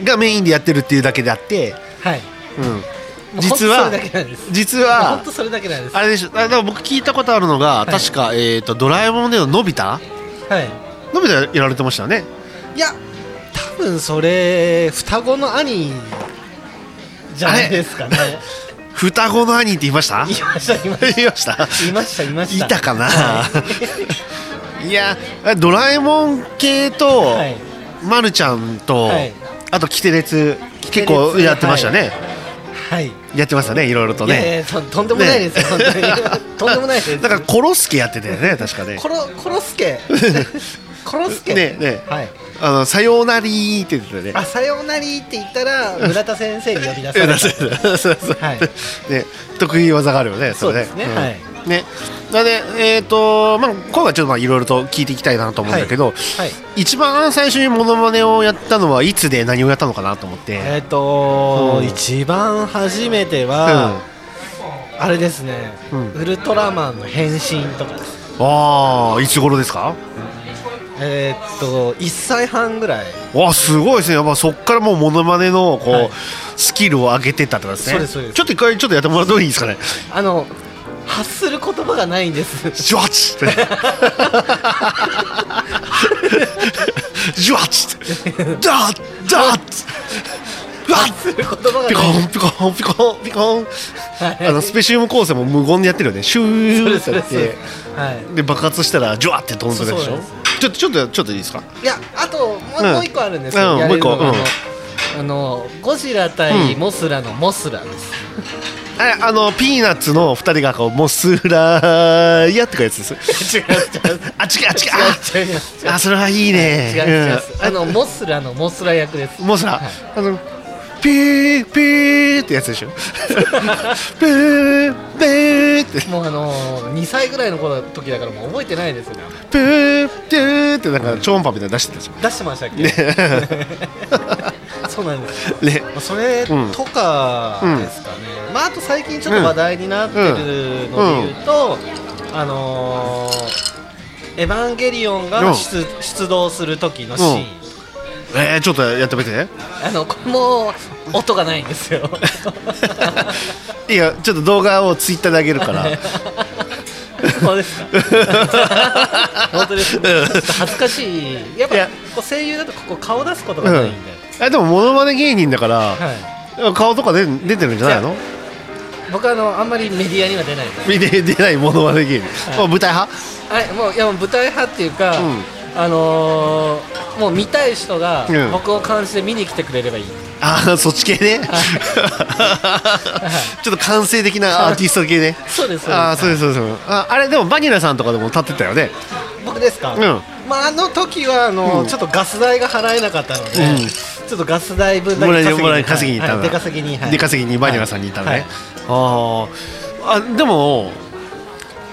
[SPEAKER 3] ーがメインでやってるっていうだけであって、
[SPEAKER 2] はい
[SPEAKER 3] うん、
[SPEAKER 2] もう
[SPEAKER 3] 実
[SPEAKER 2] ほ
[SPEAKER 3] は
[SPEAKER 2] んとそれだけなんです
[SPEAKER 3] 実
[SPEAKER 2] 本
[SPEAKER 3] は
[SPEAKER 2] 当それだけなんですは
[SPEAKER 3] あれでしょあだから僕聞いたことあるのが、
[SPEAKER 2] い
[SPEAKER 3] 確か、えーっと「ドラえもん」でののび太
[SPEAKER 2] い
[SPEAKER 3] のび太やられてましたよね
[SPEAKER 2] いや多分それ双子の兄じゃ ないですかね
[SPEAKER 3] 双子の兄って言いました
[SPEAKER 2] 言いました言いました
[SPEAKER 3] 言いました
[SPEAKER 2] いましたいま
[SPEAKER 3] い
[SPEAKER 2] した
[SPEAKER 3] たかな、、
[SPEAKER 2] はい
[SPEAKER 3] やドラえもん系と、
[SPEAKER 2] いはい
[SPEAKER 3] まるちゃんと、
[SPEAKER 2] はい
[SPEAKER 3] あとキテレツ
[SPEAKER 2] テレツ
[SPEAKER 3] 結構やってましたね、
[SPEAKER 2] はい
[SPEAKER 3] やってましたねいろいろと
[SPEAKER 2] いやい
[SPEAKER 3] ね
[SPEAKER 2] やととんでもないですよ本当にとんでもないです
[SPEAKER 3] だからコロスケやってたよね確かね
[SPEAKER 2] コロコロス ケコロスケ
[SPEAKER 3] ねね
[SPEAKER 2] はい
[SPEAKER 3] あのさようなりーって言ってたよね
[SPEAKER 2] あさようなりって言ったら村田先生に呼び出さ
[SPEAKER 3] え
[SPEAKER 2] れた
[SPEAKER 3] だそうそうそう
[SPEAKER 2] はい
[SPEAKER 3] ね得意技があるよね
[SPEAKER 2] そ
[SPEAKER 3] そう
[SPEAKER 2] で
[SPEAKER 3] れ
[SPEAKER 2] すねはい
[SPEAKER 3] うんねなのでえっ、とまあ今回ちょっとまあいろいろと聞いていきたいなと思うんだけど、
[SPEAKER 2] はい
[SPEAKER 3] 一番最初にモノマネをやったのはいつで何をやったのかなと思って、
[SPEAKER 2] えっと
[SPEAKER 3] うん
[SPEAKER 2] 一番初めてはあれですね
[SPEAKER 3] うん
[SPEAKER 2] ウルトラマンの変身とかです
[SPEAKER 3] ああいつ頃ですか
[SPEAKER 2] えっと1歳半ぐらい
[SPEAKER 3] わすごいですねやっぱそっからもうモノマネのこう、
[SPEAKER 2] はい
[SPEAKER 3] スキルを上げてったってことですね
[SPEAKER 2] そうですそうです
[SPEAKER 3] ちょっと一回ちょっとやってもらってもいいで すかね
[SPEAKER 2] あの発する言葉がないんです
[SPEAKER 3] ジュワッチってジュワッチってダッダッつってうわ
[SPEAKER 2] 発する言葉が
[SPEAKER 3] ピコ
[SPEAKER 2] ない
[SPEAKER 3] ンピコンピコンピコン
[SPEAKER 2] はい
[SPEAKER 3] あのスペシウム構成も無言でやってるよねシュ
[SPEAKER 2] そう
[SPEAKER 3] ー
[SPEAKER 2] で
[SPEAKER 3] っ
[SPEAKER 2] す
[SPEAKER 3] て
[SPEAKER 2] そう
[SPEAKER 3] や
[SPEAKER 2] で
[SPEAKER 3] っ
[SPEAKER 2] す
[SPEAKER 3] て
[SPEAKER 2] はい
[SPEAKER 3] で爆発したらジュワッて飛んでるでし
[SPEAKER 2] そう
[SPEAKER 3] ょ
[SPEAKER 2] なんです
[SPEAKER 3] ちょっとちょっとちょっといいですか
[SPEAKER 2] いやあともう,、
[SPEAKER 3] うん
[SPEAKER 2] もう一個あるんですよ、
[SPEAKER 3] うん
[SPEAKER 2] やれるのが
[SPEAKER 3] も
[SPEAKER 2] あ
[SPEAKER 3] う一
[SPEAKER 2] のあのゴジラ対
[SPEAKER 3] うん
[SPEAKER 2] モスラのモスラです、
[SPEAKER 3] ああのピーナッツの二人がこうモスラーやってくやつ で
[SPEAKER 2] 違
[SPEAKER 3] す
[SPEAKER 2] う違う
[SPEAKER 3] あ、違う、違う。
[SPEAKER 2] 違う違う違う違う違う
[SPEAKER 3] あ、それはいいね。
[SPEAKER 2] 違う
[SPEAKER 3] うん
[SPEAKER 2] あのモスラのモスラ役です
[SPEAKER 3] もうさ、あの、ピー、ピーってやつ でしょ。ピー、ピーって、
[SPEAKER 2] もうあのー、2歳ぐらいの頃の時だからもう覚えてないですよね
[SPEAKER 3] ピー、ピーってなんか超音波みたいなの出してたでし
[SPEAKER 2] 出してましたっけ、 そうなんですよ
[SPEAKER 3] ょ。ね。
[SPEAKER 2] まあそれ
[SPEAKER 3] うん
[SPEAKER 2] とかですかね、まああと最近ちょっと話題になってるので言うと、あのーエヴァンゲリオンが出,、出動する時のシーン、
[SPEAKER 3] えー、ちょっとやってみて。
[SPEAKER 2] あのこれも音がないんです よ
[SPEAKER 3] いや、ちょっと動画をツイッターであげ るから。
[SPEAKER 2] そうです か本当です、
[SPEAKER 3] うん
[SPEAKER 2] ちょっと恥ずかしいやっぱ
[SPEAKER 3] いや
[SPEAKER 2] こう声優だとここ顔出すことがないんで、
[SPEAKER 3] え、でも、モノマネ芸人だから、
[SPEAKER 2] はい、
[SPEAKER 3] 顔とかで出てるんじゃないの。
[SPEAKER 2] 僕あのあんまりメディアには 出ないんで
[SPEAKER 3] 見て、出ないモノマネ芸人。もう舞台派。
[SPEAKER 2] はい、もういやもう舞台派っていうか、
[SPEAKER 3] うん
[SPEAKER 2] あのーもう見たい人が
[SPEAKER 3] うん
[SPEAKER 2] 僕を感じて見に来てくれればいい、
[SPEAKER 3] ああ、そっち系ね。 ちょっと感性的なアーティスト系ね。
[SPEAKER 2] そうですそうです
[SPEAKER 3] ああ、そうです、そうです。ああれ、でも、バニラさんとかでも立ってたよね。
[SPEAKER 2] 僕ですか、
[SPEAKER 3] うん
[SPEAKER 2] まあ、あの時はあのー、ちょっとガス代が払えなかったので、
[SPEAKER 3] うん
[SPEAKER 2] ちょっとガス代分だ
[SPEAKER 3] も
[SPEAKER 2] け
[SPEAKER 3] らい、
[SPEAKER 2] 稼ぎ
[SPEAKER 3] もら
[SPEAKER 2] に
[SPEAKER 3] い稼ぎに行ったんだ。
[SPEAKER 2] はい出稼ぎに、はい
[SPEAKER 3] 出稼ぎにバニラさんに行ったの
[SPEAKER 2] は
[SPEAKER 3] ね
[SPEAKER 2] い。
[SPEAKER 3] ああ。あ、でも。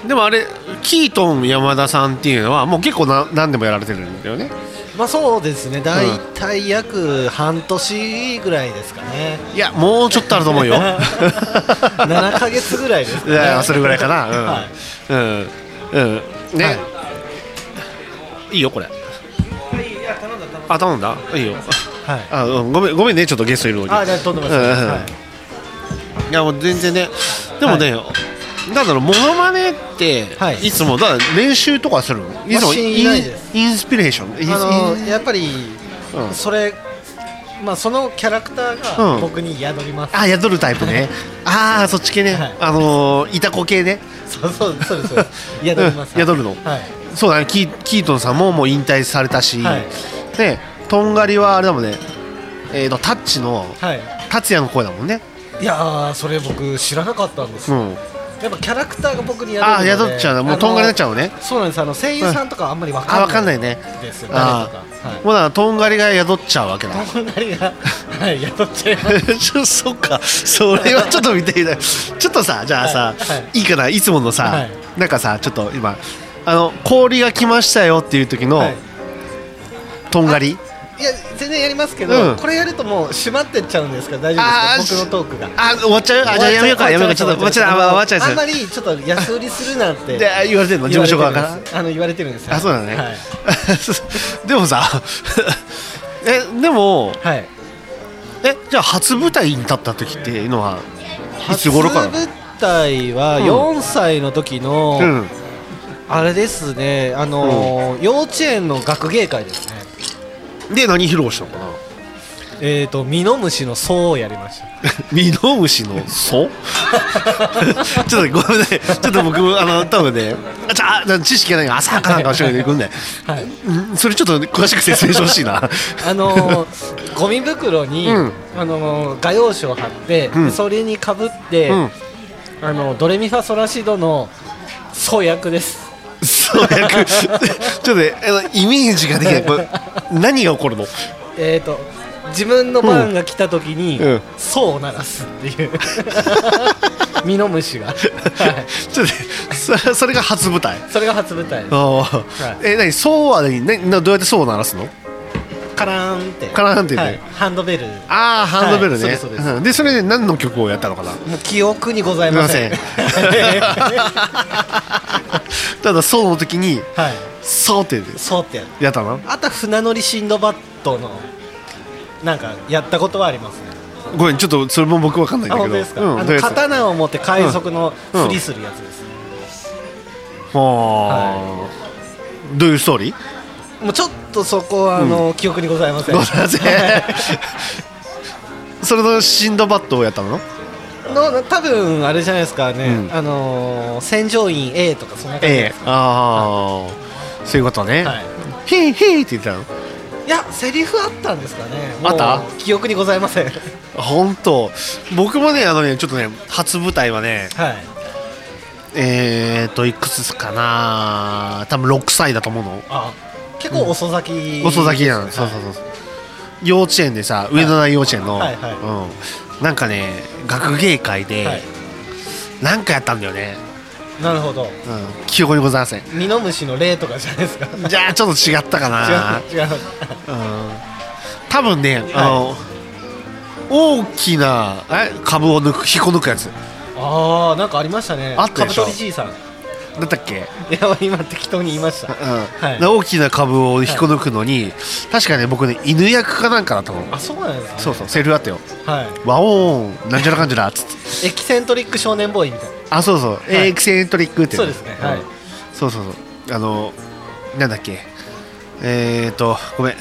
[SPEAKER 3] でもあれキートン山田さんっていうのはもう結構な何でもやられてるんだよね
[SPEAKER 2] まあそうですね大体約半年ぐらいですかね、
[SPEAKER 3] いやもうちょっとあると思 うよ
[SPEAKER 2] 7か月ぐらいですか
[SPEAKER 3] い
[SPEAKER 2] ね
[SPEAKER 3] やそれぐらいか
[SPEAKER 2] は
[SPEAKER 3] な、
[SPEAKER 2] い
[SPEAKER 3] うん、うん、うん、ね、、
[SPEAKER 2] はい
[SPEAKER 3] いよ、これ。あ、頼んだ、いいよ。
[SPEAKER 2] はい
[SPEAKER 3] あ、うんごめん、ごめんね、ちょっとゲストいるのに。
[SPEAKER 2] あじゃあとんでもないです
[SPEAKER 3] うんうん
[SPEAKER 2] はい
[SPEAKER 3] いやもう全然ねでもね、なんだろうモノマネって、
[SPEAKER 2] はい
[SPEAKER 3] い、つもだから練習とかするのいつも
[SPEAKER 2] 私
[SPEAKER 3] イ
[SPEAKER 2] いない
[SPEAKER 3] ン
[SPEAKER 2] です
[SPEAKER 3] インスピレーションイン
[SPEAKER 2] あの
[SPEAKER 3] イン
[SPEAKER 2] やっぱり、
[SPEAKER 3] うん
[SPEAKER 2] それまあそのキャラクターが
[SPEAKER 3] うん
[SPEAKER 2] 僕に宿ります、
[SPEAKER 3] あ宿るタイプねああそっち系ね、
[SPEAKER 2] はい
[SPEAKER 3] あのーいたこ系ね
[SPEAKER 2] そうそうそうですそうです宿ります、
[SPEAKER 3] うん宿るの
[SPEAKER 2] はい
[SPEAKER 3] そうだねキーキートンさんももう引退されたし、
[SPEAKER 2] はい
[SPEAKER 3] でとんがりはあれだもんねえー、とタッチの
[SPEAKER 2] はい
[SPEAKER 3] 達也の声だもんね、
[SPEAKER 2] いやーそれ僕知らなかったんです
[SPEAKER 3] う
[SPEAKER 2] よ、
[SPEAKER 3] ん、
[SPEAKER 2] やっぱキャラクターが僕に宿るので
[SPEAKER 3] ああ宿っちゃうなもうとんがりになっちゃ
[SPEAKER 2] う
[SPEAKER 3] うのね
[SPEAKER 2] そうなんですあの声優さんとかあんまりわ
[SPEAKER 3] あ
[SPEAKER 2] か
[SPEAKER 3] 分かん
[SPEAKER 2] んな
[SPEAKER 3] な
[SPEAKER 2] いい
[SPEAKER 3] ね
[SPEAKER 2] ですよ、誰
[SPEAKER 3] あ
[SPEAKER 2] とか、はい
[SPEAKER 3] ーもうだからとんがりが宿っちゃうわけ だ
[SPEAKER 2] とんがりが、はい、宿っちゃいます。
[SPEAKER 3] ちょそっかそれはちょっと見ていないちょっとさじゃあさ、、
[SPEAKER 2] はいはい
[SPEAKER 3] いかないつものさ、
[SPEAKER 2] はい
[SPEAKER 3] なんかさちょっと今あの氷が来ましたよっていう時の、
[SPEAKER 2] はい
[SPEAKER 3] とんがり
[SPEAKER 2] いや、全然やりますけど、
[SPEAKER 3] うん
[SPEAKER 2] これやるともう閉まってっちゃうんですから、大丈夫ですか、僕のトークが。
[SPEAKER 3] あ終わっちゃうあじゃあやめようかやめようかちょっと
[SPEAKER 2] 終わ
[SPEAKER 3] 待
[SPEAKER 2] っ
[SPEAKER 3] ち
[SPEAKER 2] ちゃ
[SPEAKER 3] な
[SPEAKER 2] う
[SPEAKER 3] あ終わっちゃう
[SPEAKER 2] あんま
[SPEAKER 3] で
[SPEAKER 2] りちょっと安売りするなんて
[SPEAKER 3] すで言われてるの事務所側か
[SPEAKER 2] 言わ
[SPEAKER 3] ら
[SPEAKER 2] れてるんですあの言われてるんですよ
[SPEAKER 3] あそうだね、
[SPEAKER 2] はい、
[SPEAKER 3] でもさえでも
[SPEAKER 2] はい、
[SPEAKER 3] えじゃあ初舞台に立った時っていうのはいつ頃か
[SPEAKER 2] 初
[SPEAKER 3] な
[SPEAKER 2] 舞台は
[SPEAKER 3] うん
[SPEAKER 2] 4歳の時の、
[SPEAKER 3] うん
[SPEAKER 2] あれですねあのー幼稚園の学芸会ですね
[SPEAKER 3] で何披露した のかな
[SPEAKER 2] えっ、とミノムシの層をやりました
[SPEAKER 3] ミノムシの層 ちょっとごめんねちょっと僕もあの多分ねあちゃあ知識がないから浅はかなんかもしれないけどね、
[SPEAKER 2] はい
[SPEAKER 3] うんそれちょっと詳しく説明してほしいな
[SPEAKER 2] あ のーゴミ袋に、
[SPEAKER 3] うん
[SPEAKER 2] あのー画用紙を貼って、
[SPEAKER 3] うん
[SPEAKER 2] それにかぶって、
[SPEAKER 3] うん
[SPEAKER 2] あのドレミファソラシドの創役です
[SPEAKER 3] そう役ちょっとねあのイメージができないこれ何が起こるの
[SPEAKER 2] えっ、と自分の番が来た時に、
[SPEAKER 3] うん
[SPEAKER 2] 層を鳴らすって いうミノムシが、はい、
[SPEAKER 3] ちょっとねそれそれが初舞台
[SPEAKER 2] それが初舞台です
[SPEAKER 3] ああ、
[SPEAKER 2] はい
[SPEAKER 3] え何層は何何などうやって層を鳴らすの
[SPEAKER 2] カラーンって
[SPEAKER 3] カラーンってね
[SPEAKER 2] はいハンドベル
[SPEAKER 3] ああハンドベルね、
[SPEAKER 2] はいそうですそうです
[SPEAKER 3] んでそれで何の曲をやったのか な
[SPEAKER 2] もう記憶にございません
[SPEAKER 3] すい ただ層の時に
[SPEAKER 2] はい
[SPEAKER 3] 層って
[SPEAKER 2] そうってやる
[SPEAKER 3] やったの
[SPEAKER 2] あとは船乗りシンドバッドのなんかやったことはありますね
[SPEAKER 3] ごめんちょっとそれも僕わかんないん
[SPEAKER 2] あ
[SPEAKER 3] だけ
[SPEAKER 2] 本当
[SPEAKER 3] ど
[SPEAKER 2] ですか、
[SPEAKER 3] うん
[SPEAKER 2] あ
[SPEAKER 3] どう
[SPEAKER 2] の
[SPEAKER 3] やつ
[SPEAKER 2] 刀を持って海賊の
[SPEAKER 3] うん
[SPEAKER 2] ふりするやつです、ね
[SPEAKER 3] はあどういうストー リー
[SPEAKER 2] もうちょっとそこはあの、記憶にございません
[SPEAKER 3] ごめんなさいそれのシンドバッドをやったの
[SPEAKER 2] の多分あれじゃないですかね、
[SPEAKER 3] うん
[SPEAKER 2] あのー戦場員 A とかそんな感じ
[SPEAKER 3] ええ
[SPEAKER 2] ですか、
[SPEAKER 3] ああそういうことね
[SPEAKER 2] はい
[SPEAKER 3] 「ヒーヒー」って言ってたの
[SPEAKER 2] いやセリフあったんですかねもう
[SPEAKER 3] あった
[SPEAKER 2] 記憶にございませんはい
[SPEAKER 3] 本当僕もねあのねちょっとね初舞台はねえーといくつかな多分6歳だと思うの
[SPEAKER 2] あ結構遅咲き、
[SPEAKER 3] 遅咲きなの、そうそうそうそう幼稚園でさ上野台幼稚園の、
[SPEAKER 2] はいはい
[SPEAKER 3] うん、なんかね学芸会で、
[SPEAKER 2] はい
[SPEAKER 3] なんかやったんだよね、
[SPEAKER 2] なるほど
[SPEAKER 3] うん、記憶にございません
[SPEAKER 2] ミノムシの例とかじゃないですか違う
[SPEAKER 3] じゃあちょっと違ったかな
[SPEAKER 2] 違う
[SPEAKER 3] うん、多分ねあの、大きなえ株を抜く引っこ抜くやつ
[SPEAKER 2] ああなんかありましたね
[SPEAKER 3] あったで
[SPEAKER 2] カブ
[SPEAKER 3] しょ
[SPEAKER 2] トリじいさんい
[SPEAKER 3] なんだっけ
[SPEAKER 2] や今適当に言いました
[SPEAKER 3] うん
[SPEAKER 2] はい
[SPEAKER 3] で大きな株を引っこ抜くのに、確かね僕ね犬役かなんかだと思う
[SPEAKER 2] あそうなんですか
[SPEAKER 3] そうそうセリフあったよ
[SPEAKER 2] はい
[SPEAKER 3] ワオーンなんちゃらかんちゃらっつって
[SPEAKER 2] エキセントリック少年ボーイみたいな
[SPEAKER 3] あそうそう、
[SPEAKER 2] い
[SPEAKER 3] エキセントリックって
[SPEAKER 2] そうですねはい
[SPEAKER 3] うんそうそうそうあのなんだっけえーとごめん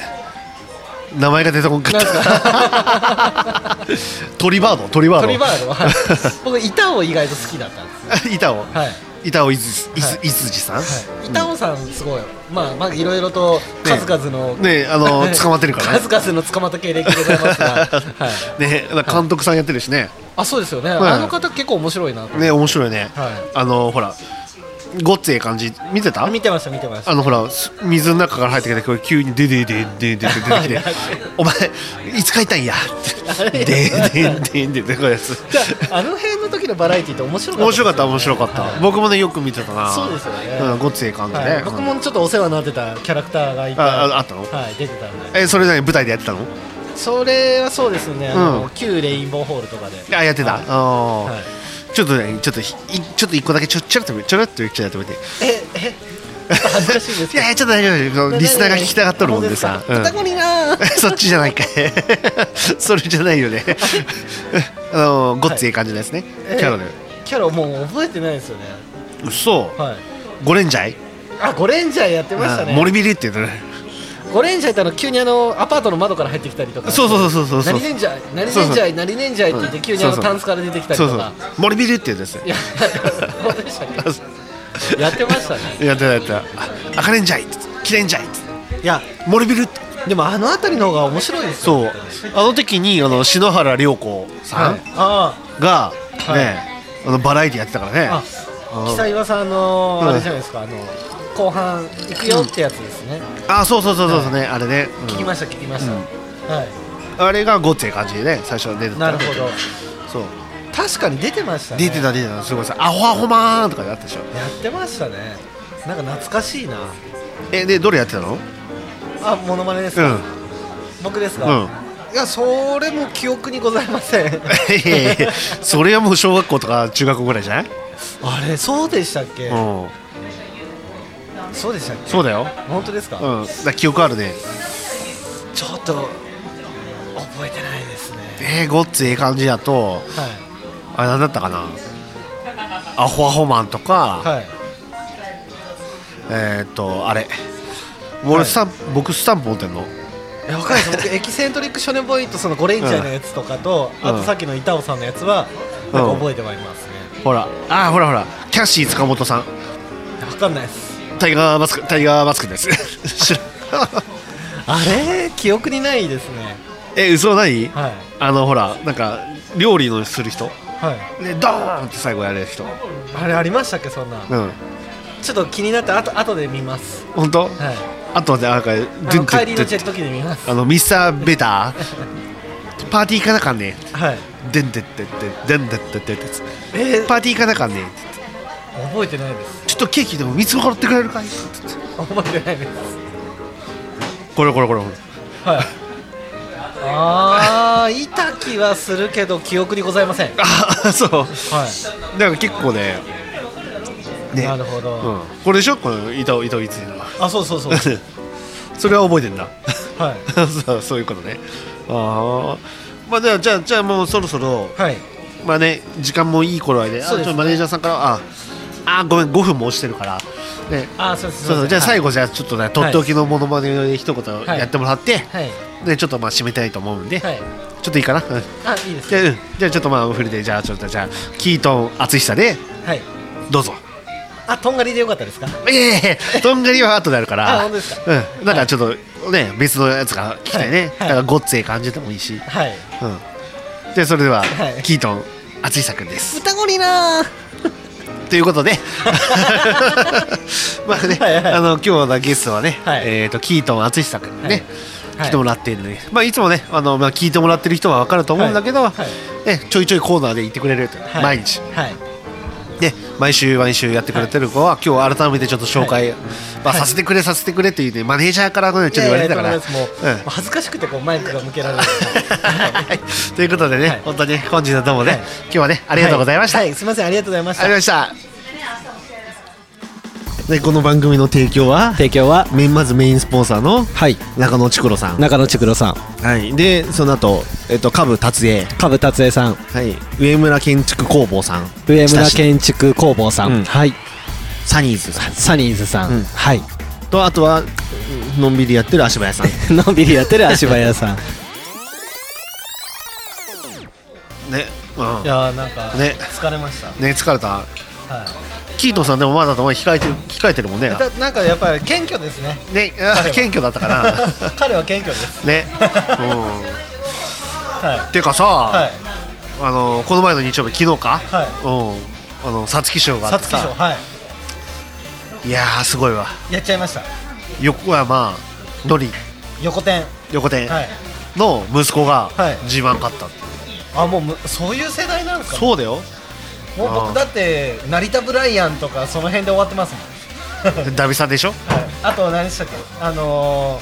[SPEAKER 3] 名前が出てこんか ったトリバードトリバード
[SPEAKER 2] トリバードは僕板尾意外と好きだったんです
[SPEAKER 3] 板尾
[SPEAKER 2] はい
[SPEAKER 3] 板尾いずいず
[SPEAKER 2] はい
[SPEAKER 3] いつじさん、
[SPEAKER 2] はい板尾さんすごいまあまあいろいろと数々の
[SPEAKER 3] ねあの 捕まってるからね
[SPEAKER 2] 数々の捕まった経歴でござい ますがはい
[SPEAKER 3] ね監督さんやってるしね
[SPEAKER 2] あそうですよね
[SPEAKER 3] はい
[SPEAKER 2] あの方結構面白いなと
[SPEAKER 3] ね面白いね、
[SPEAKER 2] はい
[SPEAKER 3] あのほらごっつええ感じ見てた
[SPEAKER 2] 見てました見てました
[SPEAKER 3] あのほらす水の中から入ってきてこれ急にでででででで出てきてお前いつ帰ったんやってでででででこうやつ
[SPEAKER 2] じゃああの辺の時のバラエティーって面白かった
[SPEAKER 3] 面白か
[SPEAKER 2] っ
[SPEAKER 3] った面白かった、
[SPEAKER 2] はい
[SPEAKER 3] 僕もねよく見てたな
[SPEAKER 2] そうですよね
[SPEAKER 3] うん、ごっつええ感じね、
[SPEAKER 2] はい、僕もちょっとお世話になってたキャラクターがいて
[SPEAKER 3] あああったの
[SPEAKER 2] はい出てたん
[SPEAKER 3] うん
[SPEAKER 2] で
[SPEAKER 3] えそれ何舞台でやってたの
[SPEAKER 2] それはそうですね、あの
[SPEAKER 3] うん
[SPEAKER 2] 旧レインボーホールとかで
[SPEAKER 3] あやってた、
[SPEAKER 2] はい
[SPEAKER 3] あー
[SPEAKER 2] はい
[SPEAKER 3] ちょっとねちょっとひいちょっと一個だけちょちょろっとちょろっとちょっとやってみて
[SPEAKER 2] ええちょっと恥ずかしいんです
[SPEAKER 3] いやいやちょっと大丈夫大丈夫リスナーが聞きたがっとるもんでさ、
[SPEAKER 2] 本当すか 豚ゴ
[SPEAKER 3] うん
[SPEAKER 2] リラー
[SPEAKER 3] そっちじゃないかいそれじゃないよね あのごっついい感じのやつね、
[SPEAKER 2] ええ
[SPEAKER 3] キャロル
[SPEAKER 2] キャロもう覚えてないですよね
[SPEAKER 3] 嘘
[SPEAKER 2] はい
[SPEAKER 3] ゴレンジャイ
[SPEAKER 2] あゴレンジャーやってました
[SPEAKER 3] あ
[SPEAKER 2] ね
[SPEAKER 3] 森ビリっていうのね
[SPEAKER 2] ゴレンジャーってあの急にあのアパートの窓から入ってきたりとか
[SPEAKER 3] そうそうそうそうそう
[SPEAKER 2] 何レンジャー何レンジャー何レンジャーって言って急にあ
[SPEAKER 3] そ
[SPEAKER 2] の
[SPEAKER 3] うそう
[SPEAKER 2] タンスから出てきたり
[SPEAKER 3] そう
[SPEAKER 2] と
[SPEAKER 3] そう
[SPEAKER 2] か
[SPEAKER 3] 森ビリっていうやつね
[SPEAKER 2] いや本当でしたねやってましたね
[SPEAKER 3] やってたやってたあ赤レンジャイキレンジャイ
[SPEAKER 2] いや
[SPEAKER 3] 森ビリって
[SPEAKER 2] でもあの辺りの方が面白いです
[SPEAKER 3] そう
[SPEAKER 2] よ
[SPEAKER 3] あの時にあの篠原涼子さ
[SPEAKER 2] は
[SPEAKER 3] ん
[SPEAKER 2] いあ
[SPEAKER 3] が
[SPEAKER 2] はい
[SPEAKER 3] ねあのバラエティやってたからね
[SPEAKER 2] あ
[SPEAKER 3] うん
[SPEAKER 2] あ久岩さんの
[SPEAKER 3] うん
[SPEAKER 2] あれじゃないですかあの後半行くよってやつですね
[SPEAKER 3] あそうそうそうそうそうねあれねうん
[SPEAKER 2] 聞きました聞きましたはい
[SPEAKER 3] あれがごっつい感じでね最初出てた
[SPEAKER 2] なるほど
[SPEAKER 3] そう
[SPEAKER 2] 確かに出てましたね
[SPEAKER 3] 出てた出てたすごいさアホアホマーンとかやったでしょ
[SPEAKER 2] やってましたねなんか懐かしいな
[SPEAKER 3] えでどれやってたの
[SPEAKER 2] あモノマネです
[SPEAKER 3] う
[SPEAKER 2] か、
[SPEAKER 3] ん
[SPEAKER 2] 僕です
[SPEAKER 3] う
[SPEAKER 2] か、
[SPEAKER 3] ん
[SPEAKER 2] いやそれも記憶にございません
[SPEAKER 3] いやいやいや それはもう小学校とか中学校ぐらいじゃない
[SPEAKER 2] あれそうでしたっけ、
[SPEAKER 3] うん
[SPEAKER 2] そうでしたっけ
[SPEAKER 3] そうだよ
[SPEAKER 2] 本当ですか、
[SPEAKER 3] うんだから記憶あるね
[SPEAKER 2] ちょっと覚えてないですね
[SPEAKER 3] えー、ごっつい感じだと
[SPEAKER 2] は
[SPEAKER 3] あれ何だったかなアホアホマンとか、
[SPEAKER 2] いはい
[SPEAKER 3] えーっとあれ俺スタンプ、僕スタンプ持ってんの
[SPEAKER 2] いやわかんないです僕エキセントリック少年ボーイとそのゴレンジャーのやつとかと、
[SPEAKER 3] うん
[SPEAKER 2] あとさっきの板尾さんのやつはなんか覚えてまいりますね、
[SPEAKER 3] ほらあーほらほらキャッシー塚本さん
[SPEAKER 2] わかんないです
[SPEAKER 3] タイガーマスクタイガーマスクです 知ら
[SPEAKER 2] あれ記憶にないですね
[SPEAKER 3] え嘘ない、
[SPEAKER 2] はい
[SPEAKER 3] あのほらなんか料理のする人
[SPEAKER 2] はい
[SPEAKER 3] でドーンって最後やる人
[SPEAKER 2] あれありましたっけそんな、
[SPEAKER 3] うん
[SPEAKER 2] ちょっと気になってあと後で見ます
[SPEAKER 3] 本当、
[SPEAKER 2] はい
[SPEAKER 3] あとでなんか
[SPEAKER 2] あの帰りの
[SPEAKER 3] ド
[SPEAKER 2] ジ
[SPEAKER 3] ゥ
[SPEAKER 2] ェット機で見ます
[SPEAKER 3] あのミスターベターパーティー行かなかんね
[SPEAKER 2] はい
[SPEAKER 3] でんでってってでんでってってって
[SPEAKER 2] えー、
[SPEAKER 3] パーティー行かなかんね
[SPEAKER 2] 覚えてないです
[SPEAKER 3] ちょっとケーキでも3つもらってくれるかい
[SPEAKER 2] 覚えてないです
[SPEAKER 3] これこれこれこれ
[SPEAKER 2] はいああいた気はするけど記憶にございませんは
[SPEAKER 3] あそう
[SPEAKER 2] い
[SPEAKER 3] なんか結構ねね
[SPEAKER 2] なるほど、
[SPEAKER 3] うん、これでしょこの板を板をいついの
[SPEAKER 2] あそうそうそう
[SPEAKER 3] それは覚えてんだ
[SPEAKER 2] はい
[SPEAKER 3] そうそういうことねああまあじゃあじゃあじゃあもうそろそろ
[SPEAKER 2] はい
[SPEAKER 3] まあね時間もいい頃合いであ
[SPEAKER 2] そうです
[SPEAKER 3] ちょっとマネージャーさんからああーごめん5分も押してるからね
[SPEAKER 2] あそう
[SPEAKER 3] そうそうじゃあ最後じゃあちょっとねとっておきのものまねで一言
[SPEAKER 2] はい
[SPEAKER 3] やってもらって、
[SPEAKER 2] はい
[SPEAKER 3] でちょっとまあ締めたいと思うんで、
[SPEAKER 2] はい、はい、
[SPEAKER 3] ちょっといいかな、うん
[SPEAKER 2] あいいです
[SPEAKER 3] じゃあ
[SPEAKER 2] ね
[SPEAKER 3] うんじゃあちょっとまあフルでじゃあちょっとじゃあキートン淳久で
[SPEAKER 2] はい
[SPEAKER 3] どうぞ
[SPEAKER 2] あとんがりでよかったですか
[SPEAKER 3] いやいやいやとんがりは後であるから
[SPEAKER 2] あ本当です
[SPEAKER 3] うん、なんかちょっとね、別のやつが聞きたいね、
[SPEAKER 2] はいはい
[SPEAKER 3] だからごっつええ感じでもいいし、うん、
[SPEAKER 2] はい
[SPEAKER 3] じゃあそれでは、
[SPEAKER 2] はい
[SPEAKER 3] キートン淳久君です
[SPEAKER 2] 歌ゴリな
[SPEAKER 3] とい うことでまあね、
[SPEAKER 2] はいはい
[SPEAKER 3] あの今日のゲストはね、
[SPEAKER 2] はい
[SPEAKER 3] えー、とキートン淳久君ね、
[SPEAKER 2] はい
[SPEAKER 3] 来てもらっているので、まあ、いつもねあの、まあ、聞いてもらってる人は分かると思うんだけど、
[SPEAKER 2] はいは
[SPEAKER 3] ね、ちょいちょいコーナーで行ってくれると、
[SPEAKER 2] はい
[SPEAKER 3] 毎日
[SPEAKER 2] はい
[SPEAKER 3] ね、毎週毎週やってくれてる子は、今日改めてちょっと紹介、まあ、させてくれさせてくれっていうねマネージャーからねちょっと言われてたから。
[SPEAKER 2] いやいやとんでもないですもう、もう恥ずかしくてこうマイクが向けられ ない
[SPEAKER 3] はいということでね、
[SPEAKER 2] はい
[SPEAKER 3] 本当に本日のどうもね、
[SPEAKER 2] はい
[SPEAKER 3] 今日はねありがとうございました、
[SPEAKER 2] はい、はいすみませんありがとうございました
[SPEAKER 3] ありがとうございましたでこの番組の提供は
[SPEAKER 6] 提供は
[SPEAKER 3] メインまずメインスポンサーの
[SPEAKER 6] はい
[SPEAKER 3] 中野千黒さん、
[SPEAKER 6] 中野千黒さん
[SPEAKER 3] はい、でその後、えっと下部達也、
[SPEAKER 6] 株達江さん
[SPEAKER 3] はい、上村建築工房さん
[SPEAKER 6] 上村
[SPEAKER 3] 親しい
[SPEAKER 6] 建築工房さん、
[SPEAKER 3] うん
[SPEAKER 6] はい
[SPEAKER 3] サニーズさ
[SPEAKER 6] サニーズさん、
[SPEAKER 3] うん
[SPEAKER 6] はい
[SPEAKER 3] んとあとはのんびりやってる足早さん
[SPEAKER 6] のんびりやってる足早さん
[SPEAKER 3] ね、
[SPEAKER 2] いやーなんか
[SPEAKER 3] ね
[SPEAKER 2] 疲れました、
[SPEAKER 3] うん、ね疲れた
[SPEAKER 2] はい
[SPEAKER 3] キートンさんでもまだと控えてる控えてるもんね
[SPEAKER 2] だなんかやっぱり謙虚ですね
[SPEAKER 3] ねあ謙虚だったかな
[SPEAKER 2] 彼は謙虚です
[SPEAKER 3] ね
[SPEAKER 2] は
[SPEAKER 3] うんてかさ、
[SPEAKER 2] いはい
[SPEAKER 3] あのこの前の日曜日昨日か、
[SPEAKER 2] はい
[SPEAKER 3] うんあの皐月賞があ
[SPEAKER 2] 皐
[SPEAKER 3] って
[SPEAKER 2] 月賞
[SPEAKER 3] さ
[SPEAKER 2] はい
[SPEAKER 3] いやーすごいわ
[SPEAKER 2] やっちゃいました
[SPEAKER 3] 横山のり
[SPEAKER 2] 横転
[SPEAKER 3] 横手
[SPEAKER 2] はい
[SPEAKER 3] の息子が
[SPEAKER 2] はい
[SPEAKER 3] G1 勝ったって、
[SPEAKER 2] あもうむそういう世代なんですか
[SPEAKER 3] そうだよ
[SPEAKER 2] もう
[SPEAKER 3] あー
[SPEAKER 2] 僕だって成田ブライアンとかその辺で終わってますもん
[SPEAKER 3] ダビさんでしょ
[SPEAKER 2] あと何でしたっけあの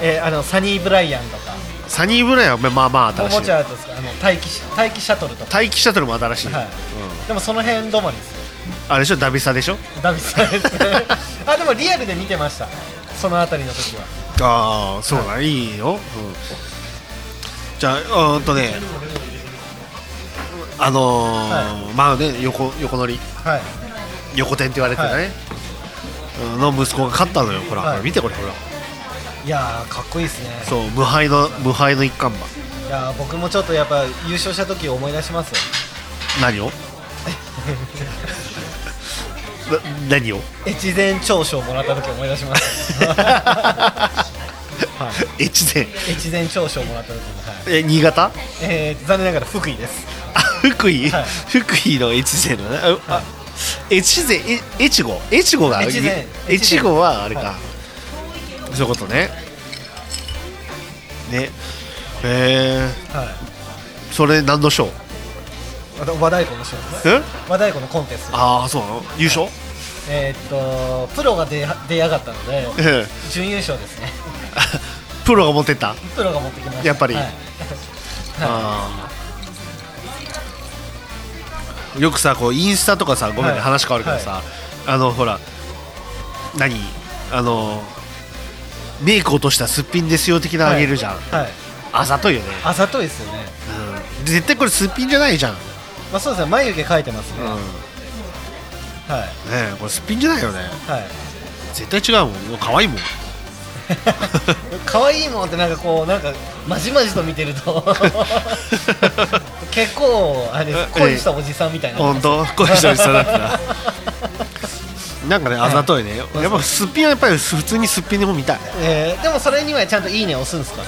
[SPEAKER 2] ーえーあのサニー・ブライアンとか
[SPEAKER 3] サニーブライアンはまあまあ新
[SPEAKER 2] おも
[SPEAKER 3] し
[SPEAKER 2] ち
[SPEAKER 3] い
[SPEAKER 2] ゃですかあの待機し待機シャトルとか、
[SPEAKER 3] 待機シャトルも新しい、
[SPEAKER 2] はいでもその辺どまりですよ
[SPEAKER 3] あれでしょダビさでしょ
[SPEAKER 2] ダビさんですね あでもリアルで見てましたそのあたりの時は
[SPEAKER 3] ああそうだ、い、いよ、うんじゃあうーんとねあのーまあね横横乗り
[SPEAKER 2] はい
[SPEAKER 3] 横転って言われてるね、
[SPEAKER 2] は
[SPEAKER 3] うんの息子が勝ったのよほら、
[SPEAKER 2] はい
[SPEAKER 3] ほら見てこれほら
[SPEAKER 2] いやーかっこいいですね
[SPEAKER 3] そう無敗の無敗の一冠馬
[SPEAKER 2] いやー僕もちょっとやっぱ優勝した時思い出しますよ
[SPEAKER 3] 何をな何を
[SPEAKER 2] 越前長所をもらった時思い出します はい
[SPEAKER 3] 越前
[SPEAKER 2] 越前長所をもらった時に、はい
[SPEAKER 3] え新潟
[SPEAKER 2] えー残念ながら福井です
[SPEAKER 3] あ福井、
[SPEAKER 2] はい
[SPEAKER 3] 福井の越前のねあ、あ越前え越後越後が
[SPEAKER 2] 越前
[SPEAKER 3] 越後はあれか、
[SPEAKER 2] は
[SPEAKER 3] そういうことねねえ
[SPEAKER 2] はい
[SPEAKER 3] ー、それ何の賞
[SPEAKER 2] あと和太鼓の賞です
[SPEAKER 3] え
[SPEAKER 2] 和太鼓のコンテスト
[SPEAKER 3] ああそうなの優勝、
[SPEAKER 2] えーっとプロが出出やがったので
[SPEAKER 3] うん
[SPEAKER 2] 準優勝ですね
[SPEAKER 3] プロが持ってった、
[SPEAKER 2] プロが持ってきました
[SPEAKER 3] やっぱり
[SPEAKER 2] はい
[SPEAKER 3] あーよくさこうインスタとかさごめんね、
[SPEAKER 2] はい
[SPEAKER 3] 話変わるけどさ、あのほら何あのメイク落としたすっぴんですよ的なあげるじゃん、
[SPEAKER 2] はい、
[SPEAKER 3] あざといよね、
[SPEAKER 2] あざといですよね
[SPEAKER 3] うん絶対これすっぴんじゃないじゃん、ね
[SPEAKER 2] まあそうですね眉毛描いてますね、はい
[SPEAKER 3] えこれすっぴんじゃないよね
[SPEAKER 2] はい
[SPEAKER 3] 絶対違うもんもう可愛いもん
[SPEAKER 2] 可愛いもんってなんかこうなんかまじまじと見てると 結構あれです恋したおじさんみたいな
[SPEAKER 3] 本当恋したおじさんだ ったなんかねあざとい ね、
[SPEAKER 2] い
[SPEAKER 3] やっぱすっぴんはやっぱり普通にすっぴんでも見たい
[SPEAKER 2] えーでもそれにはちゃんといいね押すんですか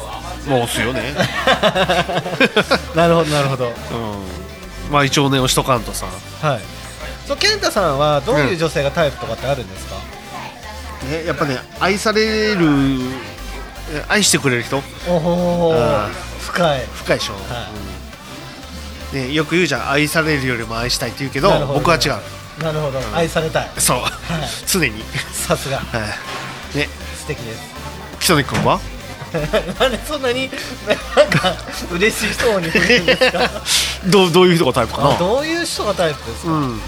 [SPEAKER 3] もう押すよね
[SPEAKER 2] なるほどなるほどはい
[SPEAKER 3] うんまあ一応ね押しとかんとさ
[SPEAKER 2] そう健太さんはどういう女性がタイプとかってあるんですか、
[SPEAKER 3] ね、やっぱね愛されるえ愛してくれる人
[SPEAKER 2] おお
[SPEAKER 3] あー
[SPEAKER 2] 深い
[SPEAKER 3] 深いでしょ、
[SPEAKER 2] は
[SPEAKER 3] うんね、よく言うじゃん愛されるよりも愛したいって言うけど
[SPEAKER 2] なるほど
[SPEAKER 3] 僕は違
[SPEAKER 2] なるほど、愛されたいう
[SPEAKER 3] そう、
[SPEAKER 2] い
[SPEAKER 3] 常に、
[SPEAKER 2] さすが
[SPEAKER 3] はい、ね
[SPEAKER 2] 素敵です
[SPEAKER 3] 北野君 は
[SPEAKER 2] なんでそんなになんか嬉しい人に振るんですか
[SPEAKER 3] どうどういう人がタイプか
[SPEAKER 2] あ
[SPEAKER 3] な
[SPEAKER 2] どういう人がタイプですか、
[SPEAKER 3] うん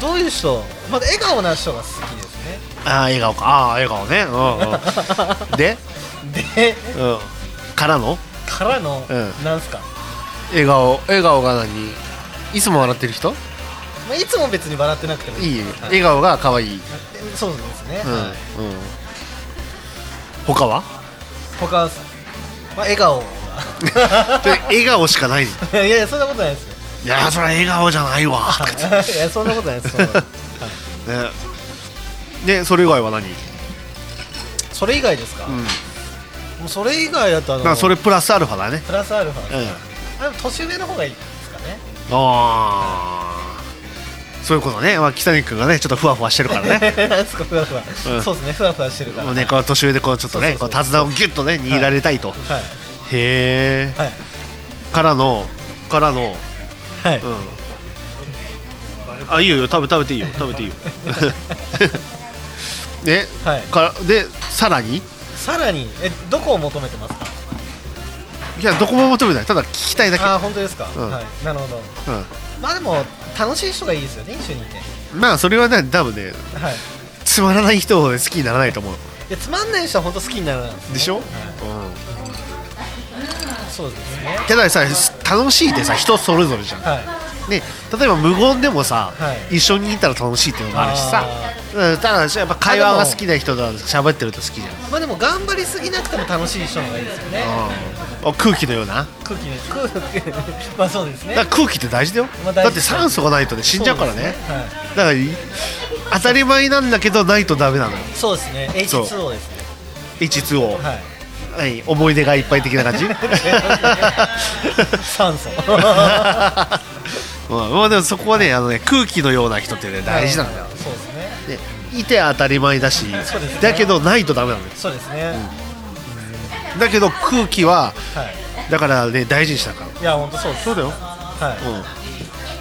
[SPEAKER 2] どういう人まあ笑顔な人が好きですね
[SPEAKER 3] あー笑顔かあー笑顔ねうん うんで、
[SPEAKER 2] で
[SPEAKER 3] うん、からの
[SPEAKER 2] からの、
[SPEAKER 3] うん
[SPEAKER 2] なんすか、
[SPEAKER 3] 笑顔笑顔が何いつも笑ってる人
[SPEAKER 2] まあ、いつも別に笑ってなくても
[SPEAKER 3] いい
[SPEAKER 2] は
[SPEAKER 3] 笑顔が可愛い、
[SPEAKER 2] えそうですね、
[SPEAKER 3] うん
[SPEAKER 2] はい
[SPEAKER 3] うん、他は
[SPEAKER 2] 他は、まあ、笑 顔
[SPEAKER 3] で笑顔しかない
[SPEAKER 2] いやいやそんなことないですよ
[SPEAKER 3] いやーそれは笑顔じゃない わ
[SPEAKER 2] いやそんなことないですそんなことない
[SPEAKER 3] ねでそれ以外は何、
[SPEAKER 2] それ以外ですか、もうそれ以外だとあの
[SPEAKER 3] まあそれプラスアルファだね
[SPEAKER 2] プラスアルフ
[SPEAKER 3] う
[SPEAKER 2] ァ、
[SPEAKER 3] ん
[SPEAKER 2] あでも年上の方がいいですかね
[SPEAKER 3] あーそういうことね、まあ、北谷君がねちょっとふわふわしてるから ね
[SPEAKER 2] なんすかふわふわ、
[SPEAKER 3] うん
[SPEAKER 2] そうですねふわふわしてるから
[SPEAKER 3] もうねこう年上でこうちょっとね
[SPEAKER 2] そうそうそう
[SPEAKER 3] こう手綱をギュッとね握られたいと、
[SPEAKER 2] はい
[SPEAKER 3] へえ
[SPEAKER 2] はい
[SPEAKER 3] からのからの
[SPEAKER 2] はい、
[SPEAKER 3] うんあいいよいいよ食べ食べていいよ食 べていいよね、
[SPEAKER 2] はい
[SPEAKER 3] からでさらにい
[SPEAKER 2] さらにえどこを求めてますか
[SPEAKER 3] やどこも求めないただ聞きたいだけ
[SPEAKER 2] ああ本当ですか、
[SPEAKER 3] うん
[SPEAKER 2] はいなるほど
[SPEAKER 3] うん
[SPEAKER 2] まあでも楽しい人がいいですよね一緒にいて
[SPEAKER 3] まあそれはね多分ね
[SPEAKER 2] はい
[SPEAKER 3] つまらない人をね好きにならないと思う
[SPEAKER 2] いやつまんない人は本当好きになるなんですね
[SPEAKER 3] でしょ、うん、
[SPEAKER 2] そうですね
[SPEAKER 3] けどさ楽しいってさ人それぞれじゃん、
[SPEAKER 2] はい
[SPEAKER 3] ね、例えば無言でもさ、
[SPEAKER 2] はい
[SPEAKER 3] 一緒にいたら楽しいっていうのがあるし
[SPEAKER 2] あ
[SPEAKER 3] さうんただやっぱ会話が好きな人だと喋ってると好きじゃん、
[SPEAKER 2] まあでも頑張りすぎなくても楽しい人の方がいいですよね
[SPEAKER 3] あ空気のような
[SPEAKER 2] 空気空気 まあそうですね
[SPEAKER 3] だから空気って大事だよ、
[SPEAKER 2] まあ大事だ
[SPEAKER 3] だって酸素がないとね死んじゃうからね
[SPEAKER 2] は
[SPEAKER 3] だからい当たり前なんだけどないとダメなのよ
[SPEAKER 2] いそうですね
[SPEAKER 3] そう
[SPEAKER 2] H2O ですね
[SPEAKER 3] H2O、
[SPEAKER 2] はい
[SPEAKER 3] はい、思い出がいっぱい的な 感じ
[SPEAKER 2] 酸素
[SPEAKER 3] うんまあでもそこはねあのね空気のような人ってね 大事なんだよ、
[SPEAKER 2] そうですね
[SPEAKER 3] ね、いて当たり前だし、
[SPEAKER 2] そうですね
[SPEAKER 3] だけどないとダメなのよ
[SPEAKER 2] そうですね、
[SPEAKER 3] だけど空気は
[SPEAKER 2] はい
[SPEAKER 3] だからね大事にしたから
[SPEAKER 2] いや本当そうです
[SPEAKER 3] そうだよ、
[SPEAKER 2] はい、
[SPEAKER 3] うん、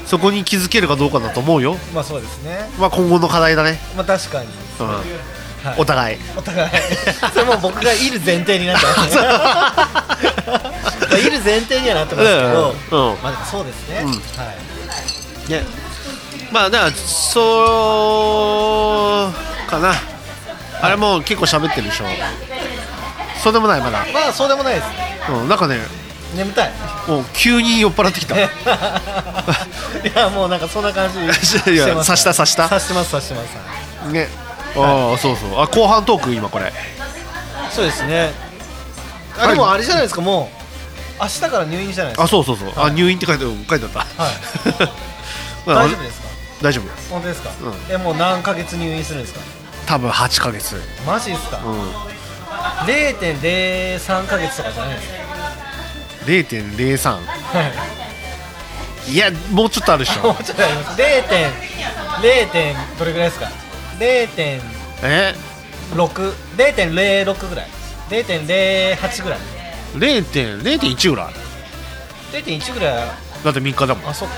[SPEAKER 3] そこに気づけるかどうかだと思うよ
[SPEAKER 2] まあそうですね
[SPEAKER 3] まあ今後の課題だね、
[SPEAKER 2] まあ確かに、
[SPEAKER 3] うん
[SPEAKER 2] はい
[SPEAKER 3] お互い
[SPEAKER 2] お互いそれもう僕がいる前提になってま すねまあ いる前提にはなってますけど、
[SPEAKER 3] うんうん
[SPEAKER 2] まあでもそうですね、
[SPEAKER 3] うん
[SPEAKER 2] はい
[SPEAKER 3] ねまあだからそうかなあれもう結構喋ってるでしょそうでもないまだ、
[SPEAKER 2] まあそうでもないですね
[SPEAKER 3] うん、なんかね
[SPEAKER 2] 眠たい
[SPEAKER 3] もう急に酔っ払ってきた
[SPEAKER 2] いやもうなんかそんな感じ
[SPEAKER 3] い
[SPEAKER 2] して
[SPEAKER 3] や
[SPEAKER 2] ます
[SPEAKER 3] 察した察した
[SPEAKER 2] 察してます察してます
[SPEAKER 3] ねああそうそうあ後半トーク今これ
[SPEAKER 2] そうですねあ
[SPEAKER 3] はい
[SPEAKER 2] でもあれじゃないですかもう明日から入院じゃないです
[SPEAKER 3] あそうそうそうあ入院って書いて書いてあった
[SPEAKER 2] はい
[SPEAKER 3] ま
[SPEAKER 2] か
[SPEAKER 3] あ
[SPEAKER 2] 大丈夫ですか
[SPEAKER 3] 大丈夫
[SPEAKER 2] 本当ですか、
[SPEAKER 3] うん
[SPEAKER 2] えもう何ヶ月入院するんですか
[SPEAKER 3] 多分8ヶ月
[SPEAKER 2] マジですか、
[SPEAKER 3] うん
[SPEAKER 2] 0.03ヶ月とかじゃないですか
[SPEAKER 3] 0.03
[SPEAKER 2] はい
[SPEAKER 3] いやもうちょっとあるでし
[SPEAKER 2] も
[SPEAKER 3] ょ
[SPEAKER 2] うちょっとあります0点0点どれぐらいですか0.6
[SPEAKER 3] え
[SPEAKER 2] 0.06ぐらい0.08ぐらい
[SPEAKER 3] 0.0 0.1ぐらい
[SPEAKER 2] 0.1ぐらい
[SPEAKER 3] だって3日だもん
[SPEAKER 2] あそっか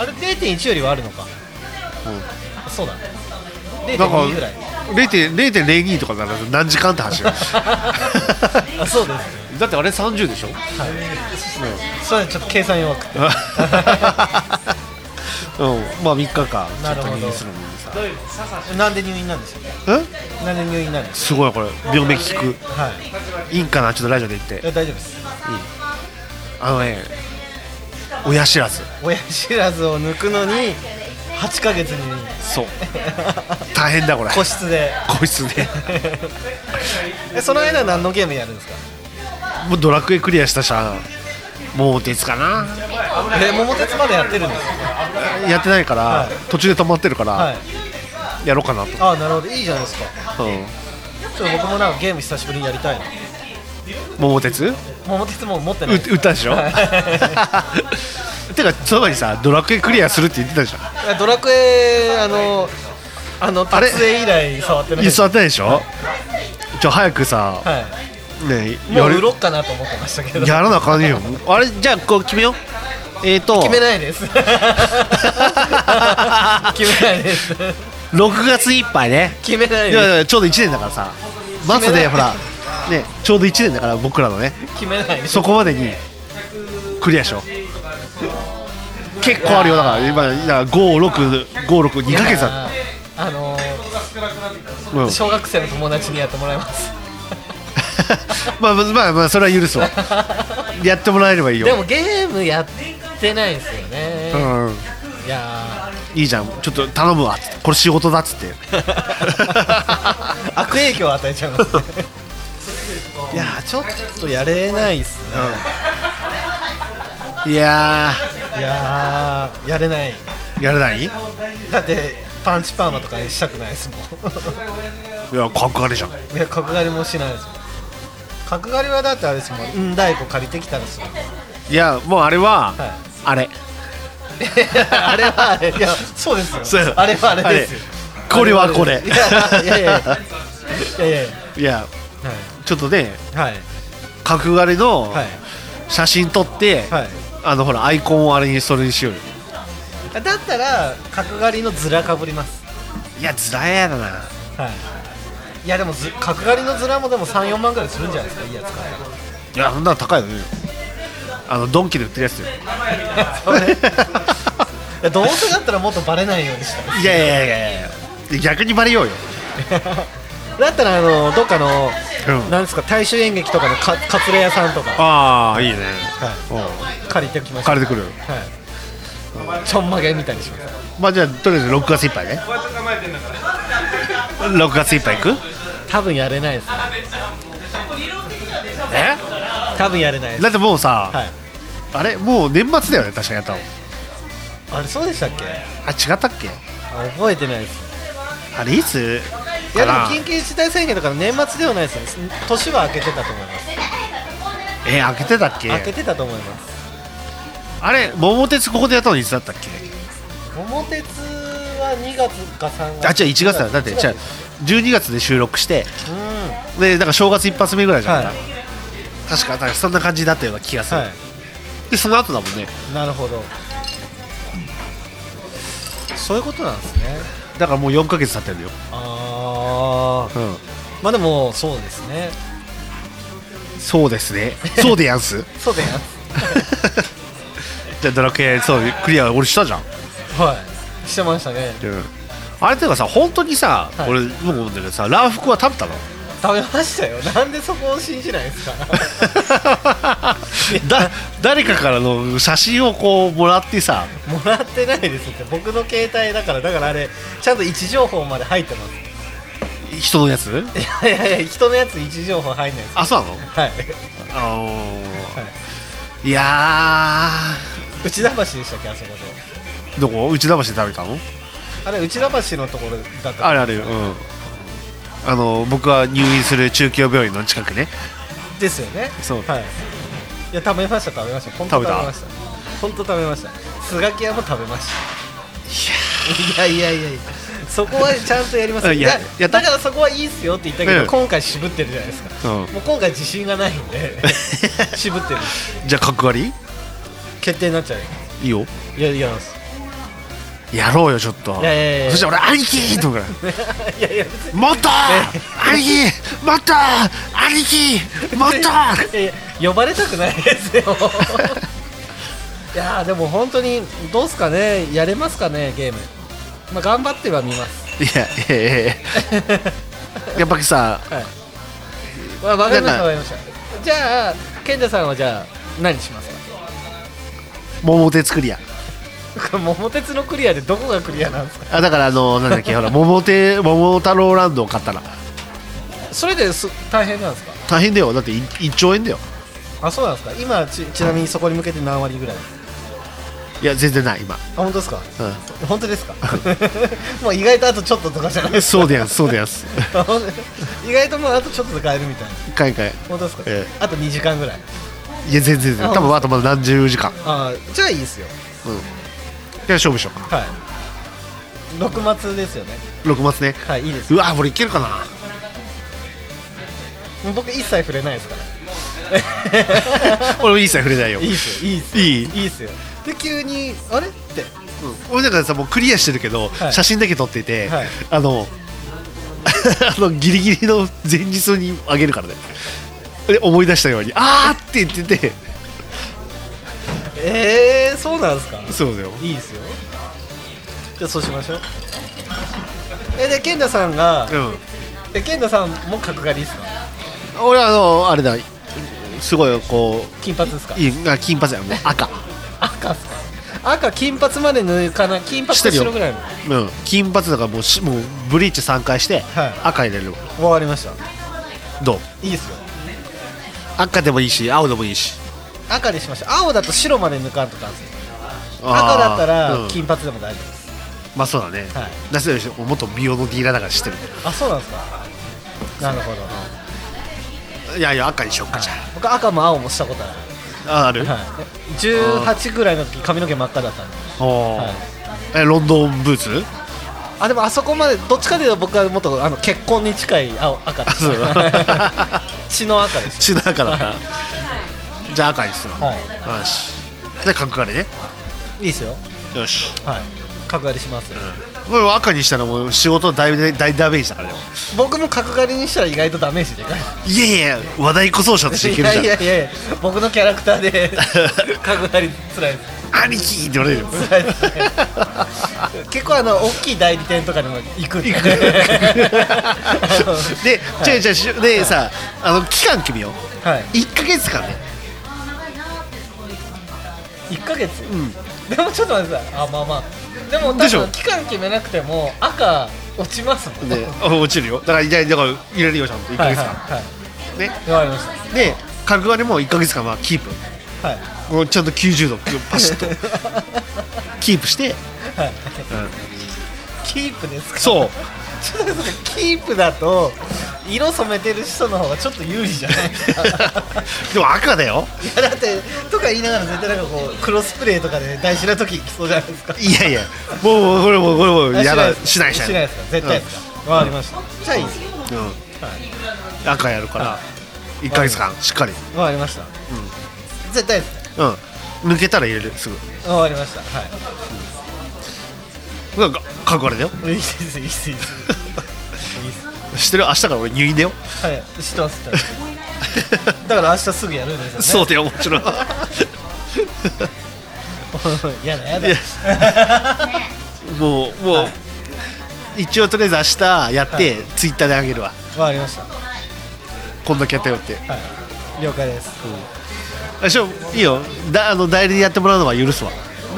[SPEAKER 2] あれ0.1よりはあるのか、そうだ
[SPEAKER 3] だから
[SPEAKER 2] 0.2ぐらい
[SPEAKER 3] 0.0 0.02とかなら何時間って走る
[SPEAKER 2] あそうですね
[SPEAKER 3] だってあれ30でしょ
[SPEAKER 2] それちょっと計算弱 くて
[SPEAKER 3] うん、まあ3日かちょ
[SPEAKER 2] な
[SPEAKER 3] っ
[SPEAKER 2] る
[SPEAKER 3] と
[SPEAKER 2] ほど
[SPEAKER 3] 入院するもんでさ
[SPEAKER 2] なんで入院なんですよね
[SPEAKER 3] え
[SPEAKER 2] なんで入院なんです
[SPEAKER 3] すごいこれ病名聞く
[SPEAKER 2] はい
[SPEAKER 3] いいんかなちょっとラジオで言っ
[SPEAKER 2] いや
[SPEAKER 3] て
[SPEAKER 2] 大丈夫です
[SPEAKER 3] あのね親知らず
[SPEAKER 2] 親知らずを抜くのに8ヶ月入院
[SPEAKER 3] そう大変だこれ
[SPEAKER 2] 個室で
[SPEAKER 3] 個室で
[SPEAKER 2] えその間何のゲームやるんですか
[SPEAKER 3] もうドラクエクリアしたしゃもう鉄かな
[SPEAKER 2] え桃鉄までやってるんですか
[SPEAKER 3] やってないから、
[SPEAKER 2] はい
[SPEAKER 3] 途中で止まってるから、
[SPEAKER 2] はい
[SPEAKER 3] やろうかなと、
[SPEAKER 2] ああなるほどいいじゃないですか
[SPEAKER 3] うん、
[SPEAKER 2] ちょっと僕もなんかゲーム久しぶりにやりたいな
[SPEAKER 3] 桃鉄う
[SPEAKER 2] 桃鉄もう持ってない
[SPEAKER 3] 打ったでしょ てかその前にさドラクエクリアするって言ってたじゃ
[SPEAKER 2] いやドラクエあのあの
[SPEAKER 3] あれ
[SPEAKER 2] 達成以来触ってなんい
[SPEAKER 3] いや座ってないでしょちょ早くさ、
[SPEAKER 2] は
[SPEAKER 3] ね
[SPEAKER 2] いも
[SPEAKER 3] や
[SPEAKER 2] う
[SPEAKER 3] る
[SPEAKER 2] 売ろっかなと思ってましたけど
[SPEAKER 3] やらなあかんねえよあれじゃあこう決めようえっ、ー、と
[SPEAKER 2] 決めないです 決めないです
[SPEAKER 3] 6月いっぱいね
[SPEAKER 2] 決めない
[SPEAKER 3] いや
[SPEAKER 2] で
[SPEAKER 3] いやちょうど1年だからさ末でほらねちょうど1年だから僕らのね
[SPEAKER 2] す決めないです
[SPEAKER 3] そこまでにクリアしよう結構あるよだから今5656 2ヶ月だ、
[SPEAKER 2] あの
[SPEAKER 3] うん、
[SPEAKER 2] 小学生の友達にやってもらいます
[SPEAKER 3] まあまあまあまあそれは許すわやってもらえればいいよ
[SPEAKER 2] でもゲームやってないですよね、
[SPEAKER 3] うん
[SPEAKER 2] いや
[SPEAKER 3] いいじゃんちょっと頼むわっつってこれ仕事だっつ って
[SPEAKER 2] ー悪影響を与えちゃいますねいやーちょっとやれないっすね、
[SPEAKER 3] いや
[SPEAKER 2] いやーやれない
[SPEAKER 3] ーやれないい
[SPEAKER 2] だってパンチパーマとかしたくないですも ん
[SPEAKER 3] や格好あれじゃん
[SPEAKER 2] いや角刈りもしないですもん角刈りはだってあれですもんうん太鼓借りてきたんですもん
[SPEAKER 3] いやもうあれは、
[SPEAKER 2] はい
[SPEAKER 3] あれ
[SPEAKER 2] あれはあれいやそうですよ
[SPEAKER 3] そう
[SPEAKER 2] あれはあれですよ
[SPEAKER 3] これはこれ
[SPEAKER 2] いやいやいやいやいやい
[SPEAKER 3] いやちょっとね
[SPEAKER 2] やはい
[SPEAKER 3] 角刈りの
[SPEAKER 2] はい
[SPEAKER 3] 写真撮って、
[SPEAKER 2] はい
[SPEAKER 3] あのほらアイコンをあれにそれにしようよ
[SPEAKER 2] だったら角刈りのズラかぶります
[SPEAKER 3] いやずらやだな
[SPEAKER 2] はいいやでもず角刈りのズラもでも34万ぐらいするんじゃないですかいいやつ買
[SPEAKER 3] いやそんなの高いよねあのドンキで売ってるやつよ
[SPEAKER 2] えば それいやどうせだったらもっとバレないようにしたい
[SPEAKER 3] いやいやいやいやいや逆にバレようよ、
[SPEAKER 2] だったらあのどっかの、
[SPEAKER 3] うん
[SPEAKER 2] なんですか大衆演劇とかのかカツレ屋さんとか、
[SPEAKER 3] ああいいね
[SPEAKER 2] は
[SPEAKER 3] う
[SPEAKER 2] い、借りてきま
[SPEAKER 3] ん
[SPEAKER 2] した
[SPEAKER 3] 借りてくるよ
[SPEAKER 2] はい、ちょんまげみたいにします
[SPEAKER 3] まあじゃあとりあえず6月いっぱいね6月いっぱい行く
[SPEAKER 2] 多分やれないですね
[SPEAKER 3] え
[SPEAKER 2] 多分やれないです
[SPEAKER 3] だってもうさ、
[SPEAKER 2] はい
[SPEAKER 3] あれもう年末だよね確かにやったの
[SPEAKER 2] あれそうでしたっけ
[SPEAKER 3] あ違ったっけ
[SPEAKER 2] あ覚えてないです
[SPEAKER 3] あれいつ
[SPEAKER 2] いや
[SPEAKER 3] か
[SPEAKER 2] でも
[SPEAKER 3] な
[SPEAKER 2] 緊急事態宣言だから年末ではないですよね年は明けてたと思います
[SPEAKER 3] え開けてたっけ
[SPEAKER 2] 明けてたと思います
[SPEAKER 3] あれ桃鉄ここでやったのいつだったっけ
[SPEAKER 2] 桃鉄は2月か3月
[SPEAKER 3] あ違う1月だよだって
[SPEAKER 2] 1月
[SPEAKER 3] じゃあ12月で収録して
[SPEAKER 2] うん
[SPEAKER 3] でなんか正月一発目ぐらいじゃな
[SPEAKER 2] はいい
[SPEAKER 3] かな、確かなんかそんな感じだったような気がする、
[SPEAKER 2] は
[SPEAKER 3] でその後だもんね
[SPEAKER 2] いなるほどそういうことなんですね
[SPEAKER 3] だからもう4ヶ月経ってるよ、
[SPEAKER 2] ああ
[SPEAKER 3] うん、
[SPEAKER 2] まあでもそうですね
[SPEAKER 3] そうですねそうでやんす
[SPEAKER 2] そうだよ
[SPEAKER 3] じゃあドラクエそうクリア俺したじゃん、
[SPEAKER 2] はいしてましたね
[SPEAKER 3] うん、あれっていうかさ本当にさ、
[SPEAKER 2] はい
[SPEAKER 3] 俺もう思うんだけどさラー服は食べたの
[SPEAKER 2] 食べましたよなんでそこを信じないん ですか
[SPEAKER 3] だ誰かからの写真をこうもらってさ
[SPEAKER 2] もらってないですって僕の携帯だからだからあれちゃんと位置情報まで入ってます
[SPEAKER 3] 人のやつ
[SPEAKER 2] いやいやいや人のやつ位置情報入んないです
[SPEAKER 3] あそうなの
[SPEAKER 2] はい
[SPEAKER 3] あのーいや
[SPEAKER 2] 内田橋でしたっけあそこで
[SPEAKER 3] ーどこ内田橋で食べたの
[SPEAKER 2] あれ内田橋のところだった
[SPEAKER 3] あれあれうんあの僕は入院する中京病院の近くね
[SPEAKER 2] ですよね
[SPEAKER 3] そう
[SPEAKER 2] はいいや食べました食べました本当
[SPEAKER 3] 食べ
[SPEAKER 2] 食
[SPEAKER 3] た
[SPEAKER 2] べました本当食べましたスガキ屋も食べましたいやいやいやいやそこはちゃんとやりますよ
[SPEAKER 3] いや
[SPEAKER 2] だ
[SPEAKER 3] いやだ
[SPEAKER 2] だからそこはいいっすよって言ったけど、
[SPEAKER 3] うん
[SPEAKER 2] 今回渋ってるじゃないですか、
[SPEAKER 3] うん
[SPEAKER 2] もう今回自信がないん で渋ってる
[SPEAKER 3] じゃあ角割
[SPEAKER 2] 決定になっちゃう
[SPEAKER 3] りいいよ
[SPEAKER 2] いやい やいや
[SPEAKER 3] やろうよちょっと
[SPEAKER 2] いやいやいや
[SPEAKER 3] そしたら俺兄貴とか
[SPEAKER 2] いやいや別に
[SPEAKER 3] もっと兄貴もっと兄貴もっと
[SPEAKER 2] いやいや呼ばれたくない ですよいやーでも本当にどうっすかねやれますかねゲーム、まあ、頑張ってはみます
[SPEAKER 3] いやいやいやいややっぱりさ
[SPEAKER 2] まあ、わかりました
[SPEAKER 3] な
[SPEAKER 2] わかりましたじゃあ賢者さんはじゃあ何します
[SPEAKER 3] 桃鉄クリア
[SPEAKER 2] か桃鉄のクリアでどこがクリアなんですか
[SPEAKER 3] あだからあのなんだっけほら桃鉄桃太郎ランドを買ったら
[SPEAKER 2] それです大変なんですか
[SPEAKER 3] 大変だよだってい1兆円だよ
[SPEAKER 2] あそうなんですか今ちちなみにそこに向けて何割ぐらいです
[SPEAKER 3] いや全然ない今、
[SPEAKER 2] あ本当ですか
[SPEAKER 3] う
[SPEAKER 2] 本当 ですかもう意外とあとちょっととか じゃないで
[SPEAKER 3] ん、
[SPEAKER 2] す
[SPEAKER 3] そうでやんすそうでやんす
[SPEAKER 2] か意外ともうあとちょっとで買えるみたいな
[SPEAKER 3] かいかい
[SPEAKER 2] 本当ですか、
[SPEAKER 3] え
[SPEAKER 2] あと2時間ぐらい
[SPEAKER 3] いや全然全然多分あとまだ何十時間
[SPEAKER 2] ああじゃあいいですよ
[SPEAKER 3] うんじゃあ勝負しようか
[SPEAKER 2] はい六末ですよね
[SPEAKER 3] 6末ね
[SPEAKER 2] はいいいです
[SPEAKER 3] うわ俺いけるか な
[SPEAKER 2] 僕一切触れないですから
[SPEAKER 3] 俺一切触れないよ
[SPEAKER 2] いいっすよいいっすよ
[SPEAKER 3] いい
[SPEAKER 2] いいっすよで急にあれって
[SPEAKER 3] 俺だからさもうクリアしてるけど、
[SPEAKER 2] はい
[SPEAKER 3] 写真だけ撮ってて、
[SPEAKER 2] はい
[SPEAKER 3] あの あのギリギリの前日にあげるからねで思い出したように「あー!」って言ってて
[SPEAKER 2] えー、そうなんですか
[SPEAKER 3] そうだよ
[SPEAKER 2] いいっすよじゃあそうしましょうえで健太さんが
[SPEAKER 3] うん
[SPEAKER 2] え健太さんも角刈りですか
[SPEAKER 3] 俺あのあれだすごいこ
[SPEAKER 2] 金髪ですか
[SPEAKER 3] ういいあ金髪やもう赤
[SPEAKER 2] 赤っすか赤金髪まで抜かない金髪
[SPEAKER 3] して
[SPEAKER 2] と
[SPEAKER 3] る
[SPEAKER 2] 白
[SPEAKER 3] よ
[SPEAKER 2] ぐらいの
[SPEAKER 3] うん金髪だからもうしもうブリーチ3回して
[SPEAKER 2] はい
[SPEAKER 3] 赤入れるわ
[SPEAKER 2] わかりました
[SPEAKER 3] どう
[SPEAKER 2] いいっすよ
[SPEAKER 3] 赤でもいいし青でもいいし
[SPEAKER 2] 赤にしましょう青だと白まで抜かんとかんすよ
[SPEAKER 3] あ
[SPEAKER 2] 赤
[SPEAKER 3] ー
[SPEAKER 2] だった
[SPEAKER 3] う
[SPEAKER 2] ら
[SPEAKER 3] ん
[SPEAKER 2] 金髪でも大丈夫です、
[SPEAKER 3] まあそうだね、
[SPEAKER 2] はい
[SPEAKER 3] 出せるしもっと美容のディーラーだから知ってる
[SPEAKER 2] あそうなんですかなるほど、はい
[SPEAKER 3] やいや赤にしよっかじゃ
[SPEAKER 2] 僕赤も青もしたことある、
[SPEAKER 3] あある、
[SPEAKER 2] はい、18ぐらいの時髪の毛真っ赤だったんで、
[SPEAKER 3] おー
[SPEAKER 2] はい、
[SPEAKER 3] えロンドンブーツ
[SPEAKER 2] あでもあそこまでどっちかというと僕はもっとあの結婚に近い青赤で
[SPEAKER 3] そう
[SPEAKER 2] 血の赤です
[SPEAKER 3] 血の赤だなじゃあ赤にする
[SPEAKER 2] は
[SPEAKER 3] よしで角刈りね
[SPEAKER 2] いいいですよ
[SPEAKER 3] よし
[SPEAKER 2] はい角刈りしますよ、
[SPEAKER 3] これ赤にしたらもう仕事大大大ダメージだからよ
[SPEAKER 2] 僕も角刈りにしたら意外とダメージでかい
[SPEAKER 3] いやいや話題こそ者としてい
[SPEAKER 2] い
[SPEAKER 3] けるじ
[SPEAKER 2] や
[SPEAKER 3] ゃん
[SPEAKER 2] いやいやいや僕のキャラクター で角刈りつらいです
[SPEAKER 3] 兄貴って言われる よ
[SPEAKER 2] 辛いですね結構あの大きい代理店とかにも行くんで
[SPEAKER 3] 行くで、違う違うしでさあの期間決めよう
[SPEAKER 2] はい
[SPEAKER 3] 1か月間ね
[SPEAKER 2] 一ヶ月、でもちょっと待ってくださいあまあまあでも
[SPEAKER 3] でし
[SPEAKER 2] 多
[SPEAKER 3] ょ
[SPEAKER 2] 分期間決めなくても赤落ちますもん
[SPEAKER 3] であ落ちるよだからいやだから入れるよちゃんと1か
[SPEAKER 2] はいはい
[SPEAKER 3] 月間、
[SPEAKER 2] はいわか
[SPEAKER 3] ね
[SPEAKER 2] りまし
[SPEAKER 3] で角刈りも1か月間はキープ
[SPEAKER 2] たはい
[SPEAKER 3] このちゃんと90度パシッとキープして
[SPEAKER 2] はいキープですか
[SPEAKER 3] そう
[SPEAKER 2] ちょっと待ってくださいキープだと色染めてる人の方がちょっと有利じゃないですか い
[SPEAKER 3] でも赤だよ
[SPEAKER 2] やだってとか言いながら絶対なんかこうクロスプレーとかで大事な時来そうじゃないですか
[SPEAKER 3] いやいやもうもうこれもうこれもうやだしないしな
[SPEAKER 2] しな
[SPEAKER 3] い
[SPEAKER 2] いですか絶対ですかわかりましたじゃあいいですよ
[SPEAKER 3] うんうん赤やるから1か月間しっかり
[SPEAKER 2] わかりました絶対です
[SPEAKER 3] うん抜けたら入れるすぐ
[SPEAKER 2] わかりましたはい
[SPEAKER 3] なんか角割れだよ
[SPEAKER 2] いいですいいですいいですいいです
[SPEAKER 3] 知ってる明日から俺入院だよ
[SPEAKER 2] はい知ってます知ってますだから明日すぐやるんですよね
[SPEAKER 3] そうだよも ちろん
[SPEAKER 2] やだやだ
[SPEAKER 3] いやもうもう一応とりあえず明日やってツイッターであげるわ
[SPEAKER 2] わかりました
[SPEAKER 3] こんだけやったよって
[SPEAKER 2] 了解です、
[SPEAKER 3] あしょいいよだあの代理でやってもらうのは許すわ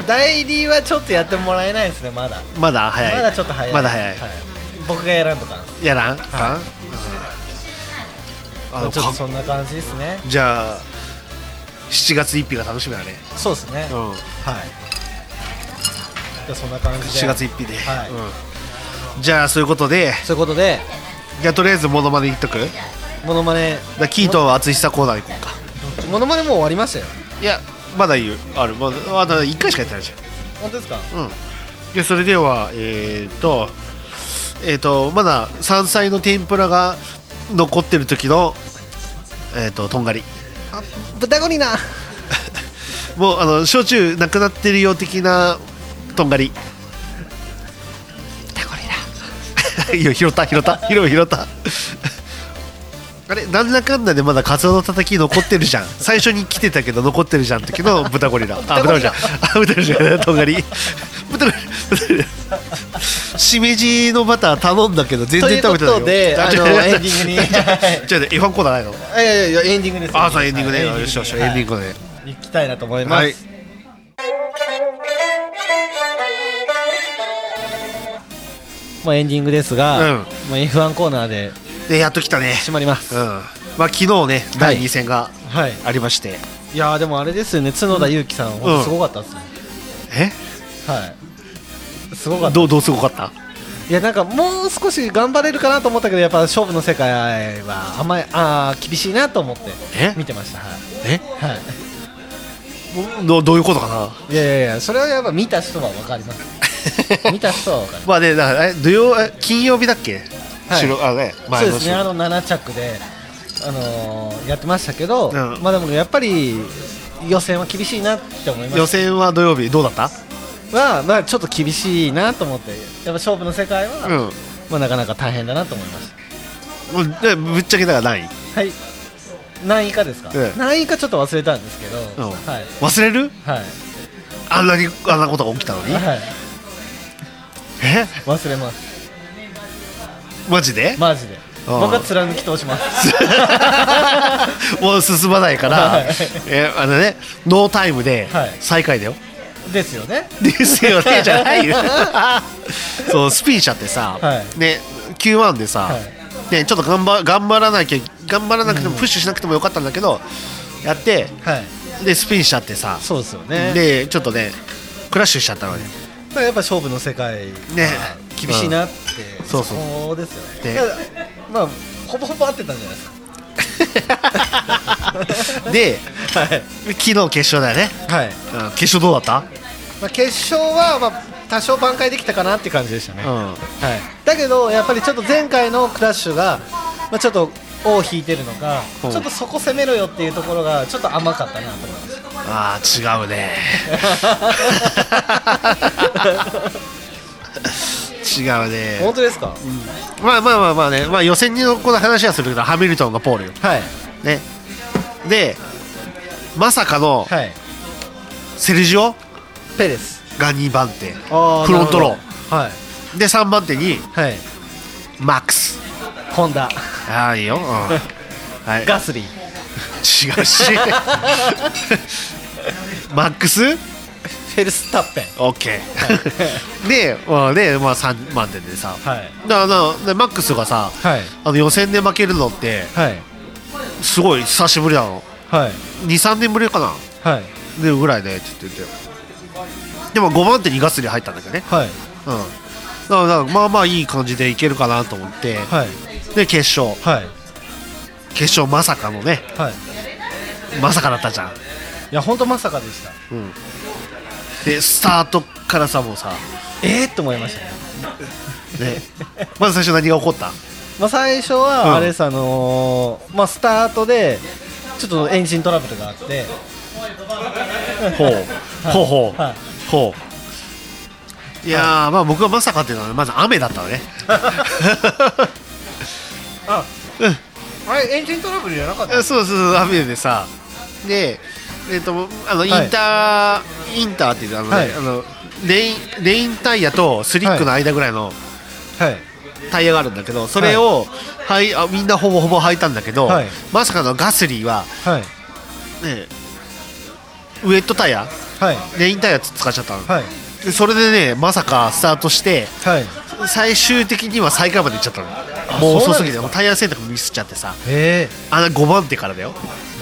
[SPEAKER 2] 代理はちょっとやってもらえないですねまだ
[SPEAKER 3] まだ早い
[SPEAKER 2] まだちょっと早い
[SPEAKER 3] まだ早い、
[SPEAKER 2] は僕がやらんとか
[SPEAKER 3] やらん、
[SPEAKER 2] は
[SPEAKER 3] あの
[SPEAKER 2] ちょっ
[SPEAKER 3] か
[SPEAKER 2] とそんな感じですね
[SPEAKER 3] じゃあ7月1日が楽しみだね、
[SPEAKER 2] そうですね、
[SPEAKER 3] う
[SPEAKER 2] はい
[SPEAKER 3] ん、
[SPEAKER 2] じゃあそんな感じで
[SPEAKER 3] 7月1日で、
[SPEAKER 2] はい
[SPEAKER 3] うんじゃあそういうことで
[SPEAKER 2] そういうことで
[SPEAKER 3] じゃあとりあえずモノマネ言っとくだか
[SPEAKER 2] モノマネ
[SPEAKER 3] らキートンは厚久コーナー行こうか
[SPEAKER 2] モノマネもう終わりましたよ
[SPEAKER 3] いやまだ言うあるまだまだ1回しかやってないじゃん
[SPEAKER 2] 本当ですか
[SPEAKER 3] うん、でそれではえっ、とえっ、とまだ山菜の天ぷらが残ってる時のえっ、ととんがり
[SPEAKER 2] あ豚ゴリラ
[SPEAKER 3] もうあの焼酎なくなってるよ的なとんがり豚ゴリラ いいよ拾った拾った拾う拾ったあれなんだかんだでまだカツオのたたき残ってるじゃん最初に来てたけど残ってるじゃん時の豚ゴ リラあ豚ゴリラあ豚ゴリラとんがり豚ゴリラ豚ゴリラしめじのバター頼んだけど全然食べてないよ
[SPEAKER 2] ということで
[SPEAKER 3] あ
[SPEAKER 2] あの
[SPEAKER 3] 違う
[SPEAKER 2] エンディングに
[SPEAKER 3] 違う違う違う F1 コーナーないの
[SPEAKER 2] いやいやいやエンディングです
[SPEAKER 3] あそうエンディングね
[SPEAKER 2] はい
[SPEAKER 3] よしよしエンディングね
[SPEAKER 2] はい行きたいなと思います、
[SPEAKER 3] はい
[SPEAKER 2] もうエンディングです
[SPEAKER 3] う
[SPEAKER 2] が、
[SPEAKER 3] ん
[SPEAKER 2] もう F1 コーナーで
[SPEAKER 3] でやっと来たね
[SPEAKER 2] 締まります、
[SPEAKER 3] うんまあ昨日ね第2戦が
[SPEAKER 2] はい
[SPEAKER 3] ありまして、
[SPEAKER 2] いやーでもあれですよね角田裕樹さん、ほんとすごかったですね、はいすごかっ
[SPEAKER 3] え
[SPEAKER 2] た
[SPEAKER 3] どうどうすごかった
[SPEAKER 2] いやなんかもう少し頑張れるかなと思ったけどやっぱ勝負の世界は甘いあー厳しいなと思って
[SPEAKER 3] え
[SPEAKER 2] 見てましたはい
[SPEAKER 3] え
[SPEAKER 2] は、
[SPEAKER 3] どどういうことかない
[SPEAKER 2] いやいやいやそれはやっぱ見た人は分かります 見た人は分かる
[SPEAKER 3] まあねだからえ土曜え金曜日だっけ、
[SPEAKER 2] はい
[SPEAKER 3] 白あね
[SPEAKER 2] そう
[SPEAKER 3] 前
[SPEAKER 2] で
[SPEAKER 3] の
[SPEAKER 2] すねあ
[SPEAKER 3] 週
[SPEAKER 2] の7着で、あのーやってましたけど、
[SPEAKER 3] うん
[SPEAKER 2] まあでもやっぱり予選は厳しいなって思いま
[SPEAKER 3] 予
[SPEAKER 2] す
[SPEAKER 3] 選は土曜日どうだった
[SPEAKER 2] は、まあ、ちょっと厳しいなと思ってやっぱ勝負の世界は、
[SPEAKER 3] うん
[SPEAKER 2] まあ、なかなか大変だなと思いまし
[SPEAKER 3] もうでぶっちゃけだからない、
[SPEAKER 2] たはい何位かですか、
[SPEAKER 3] ええ
[SPEAKER 2] 何位かちょっと忘れたんですけど、
[SPEAKER 3] うん
[SPEAKER 2] はい
[SPEAKER 3] 忘れる
[SPEAKER 2] はい、
[SPEAKER 3] あんなにあんなことが起きたのに
[SPEAKER 2] はい、
[SPEAKER 3] え
[SPEAKER 2] 忘れます
[SPEAKER 3] マ ジで、
[SPEAKER 2] マジで
[SPEAKER 3] ああ
[SPEAKER 2] 僕は貫き通します
[SPEAKER 3] もう進まないから、
[SPEAKER 2] はい
[SPEAKER 3] えあのねノータイムで
[SPEAKER 2] はい
[SPEAKER 3] 最下位だよ、
[SPEAKER 2] ですよね
[SPEAKER 3] ですよねじ ゃないよそうスピーチャってさ、
[SPEAKER 2] は
[SPEAKER 3] ね Q1 でさ、
[SPEAKER 2] はい
[SPEAKER 3] ね、ちょっと頑張頑張らなきゃ頑張らなくてもプッシュしなくてもよかったんだけど、やって
[SPEAKER 2] はい
[SPEAKER 3] でスピンしちゃってさ、
[SPEAKER 2] そうですよね
[SPEAKER 3] でちょっとねクラッシュしちゃったのね
[SPEAKER 2] まあやっぱ勝負の世界
[SPEAKER 3] ね
[SPEAKER 2] は厳しいなって、
[SPEAKER 3] そうそう
[SPEAKER 2] こですよね
[SPEAKER 3] で
[SPEAKER 2] だからまあほぼほぼ合ってたんじゃないですか
[SPEAKER 3] で
[SPEAKER 2] はい、
[SPEAKER 3] 昨日決勝だよね、
[SPEAKER 2] はい
[SPEAKER 3] うん、決勝どうだった、
[SPEAKER 2] まあ、決勝は、まあ、多少挽回できたかなって感じでしたね、はい、だけどやっぱりちょっと前回のクラッシュが、まあ、ちょっと尾を引いてるのか、
[SPEAKER 3] うん
[SPEAKER 2] ちょっとそこ攻めろよっていうところがちょっと甘かったなと思いま した
[SPEAKER 3] ああ違う ね違うね
[SPEAKER 2] 本当ですか、
[SPEAKER 3] まあまあまあまあね、まあ、予選のこの話はするけどハミルトンがポールよ
[SPEAKER 2] はい
[SPEAKER 3] ねでまさかの
[SPEAKER 2] はい
[SPEAKER 3] セルジオ
[SPEAKER 2] ペレス
[SPEAKER 3] が2番手フ
[SPEAKER 2] あ
[SPEAKER 3] ロントロ
[SPEAKER 2] ーはい
[SPEAKER 3] ーで3番手に
[SPEAKER 2] はい
[SPEAKER 3] マックス
[SPEAKER 2] ホンダ
[SPEAKER 3] ああいいよ、 うんはい、
[SPEAKER 2] ガスリー
[SPEAKER 3] 違 うしマックス
[SPEAKER 2] フェルスタッペン
[SPEAKER 3] OK で,、まあ、で、まあ、3番手でさ、
[SPEAKER 2] はい
[SPEAKER 3] だからなでマックスがさ
[SPEAKER 2] はい
[SPEAKER 3] あの予選で負けるのって
[SPEAKER 2] はい
[SPEAKER 3] すごい久しぶりなの
[SPEAKER 2] はい
[SPEAKER 3] 23年ぶりかな
[SPEAKER 2] はい
[SPEAKER 3] でぐらいでって言っててでも5番手にガスリ入ったんだけどね
[SPEAKER 2] はい
[SPEAKER 3] うんだからだからまあまあいい感じでいけるかなと思って、
[SPEAKER 2] はい
[SPEAKER 3] で決勝
[SPEAKER 2] はい
[SPEAKER 3] 決勝まさかのね
[SPEAKER 2] はい
[SPEAKER 3] まさかだったじゃん、
[SPEAKER 2] いや本当まさかでした
[SPEAKER 3] うん、でスタートからさもうさ、
[SPEAKER 2] えー、って思いましたね
[SPEAKER 3] ね、まず最初何が起こった
[SPEAKER 2] まあ最初
[SPEAKER 3] うん
[SPEAKER 2] はあれです、あのーまあスタートでちょっとエンジントラブルがあって
[SPEAKER 3] ほうほうほう、
[SPEAKER 2] はい
[SPEAKER 3] ほういやーまあ僕はまさかっていうのはまず雨だったのね
[SPEAKER 2] あ
[SPEAKER 3] うん
[SPEAKER 2] あれエンジントラブルじゃなかっ
[SPEAKER 3] そうそうそう雨でさでえっ、とあのイン
[SPEAKER 2] はい
[SPEAKER 3] ター、インターっていうあのね、
[SPEAKER 2] はい
[SPEAKER 3] あのレインレインタイヤとスリックの間ぐらいの
[SPEAKER 2] はい
[SPEAKER 3] タイヤがあるんだけどそれを、はいあみんなほぼほぼ履いたんだけど、
[SPEAKER 2] はい
[SPEAKER 3] まさかのガスリーは、
[SPEAKER 2] はい
[SPEAKER 3] ね、ウエットタイヤ
[SPEAKER 2] はい
[SPEAKER 3] レインタイヤ使っちゃったの、
[SPEAKER 2] はい
[SPEAKER 3] でそれでねまさかスタートして
[SPEAKER 2] はい
[SPEAKER 3] 最終的には最下位まで行っちゃったのもう
[SPEAKER 2] そう
[SPEAKER 3] 遅
[SPEAKER 2] なん
[SPEAKER 3] す
[SPEAKER 2] です
[SPEAKER 3] ぎて
[SPEAKER 2] か
[SPEAKER 3] もうタイヤ選択ミスっちゃってさ
[SPEAKER 2] え
[SPEAKER 3] あの5番手からだよ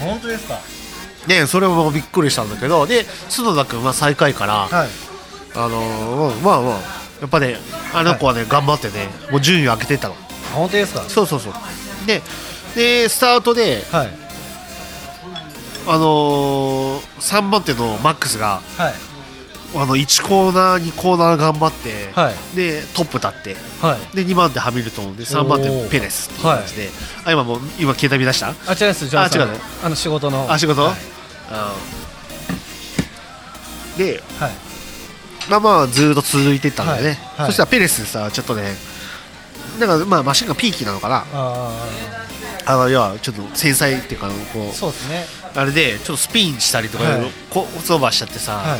[SPEAKER 2] え本当ですか
[SPEAKER 3] ねそれもびっくりしたんだけどで角田君は最下位から、
[SPEAKER 2] はい
[SPEAKER 3] あのーうんまあまあやっぱねあの子はね、頑張ってねもう順位を上げてったの
[SPEAKER 2] 本当ですか
[SPEAKER 3] そうそうそうででスタートで
[SPEAKER 2] はい
[SPEAKER 3] あのー、3番手のマックスが
[SPEAKER 2] はい
[SPEAKER 3] あの1コーナー2コーナー頑張って、
[SPEAKER 2] はい
[SPEAKER 3] でトップ立って
[SPEAKER 2] はい
[SPEAKER 3] で2番手ハミルトンで3番手
[SPEAKER 2] おー
[SPEAKER 3] ペレスっていう感じで、あ今もう今携帯見出した
[SPEAKER 2] あ違いますジョンさん
[SPEAKER 3] あ違うの
[SPEAKER 2] あの仕事の
[SPEAKER 3] あ仕事、
[SPEAKER 2] はい
[SPEAKER 3] うんで
[SPEAKER 2] はい
[SPEAKER 3] まあまあずーっと続いてったんだよね、
[SPEAKER 2] はいはい
[SPEAKER 3] そしたらペレスさちょっとねなんかまあマシンがピーキーなのかな
[SPEAKER 2] あ
[SPEAKER 3] あの要はちょっと繊細っていうかあのこ
[SPEAKER 2] あ
[SPEAKER 3] う
[SPEAKER 2] そうですね
[SPEAKER 3] あれでちょっとスピンしたりとか、
[SPEAKER 2] はい
[SPEAKER 3] こうオーバーしちゃってさ、
[SPEAKER 2] は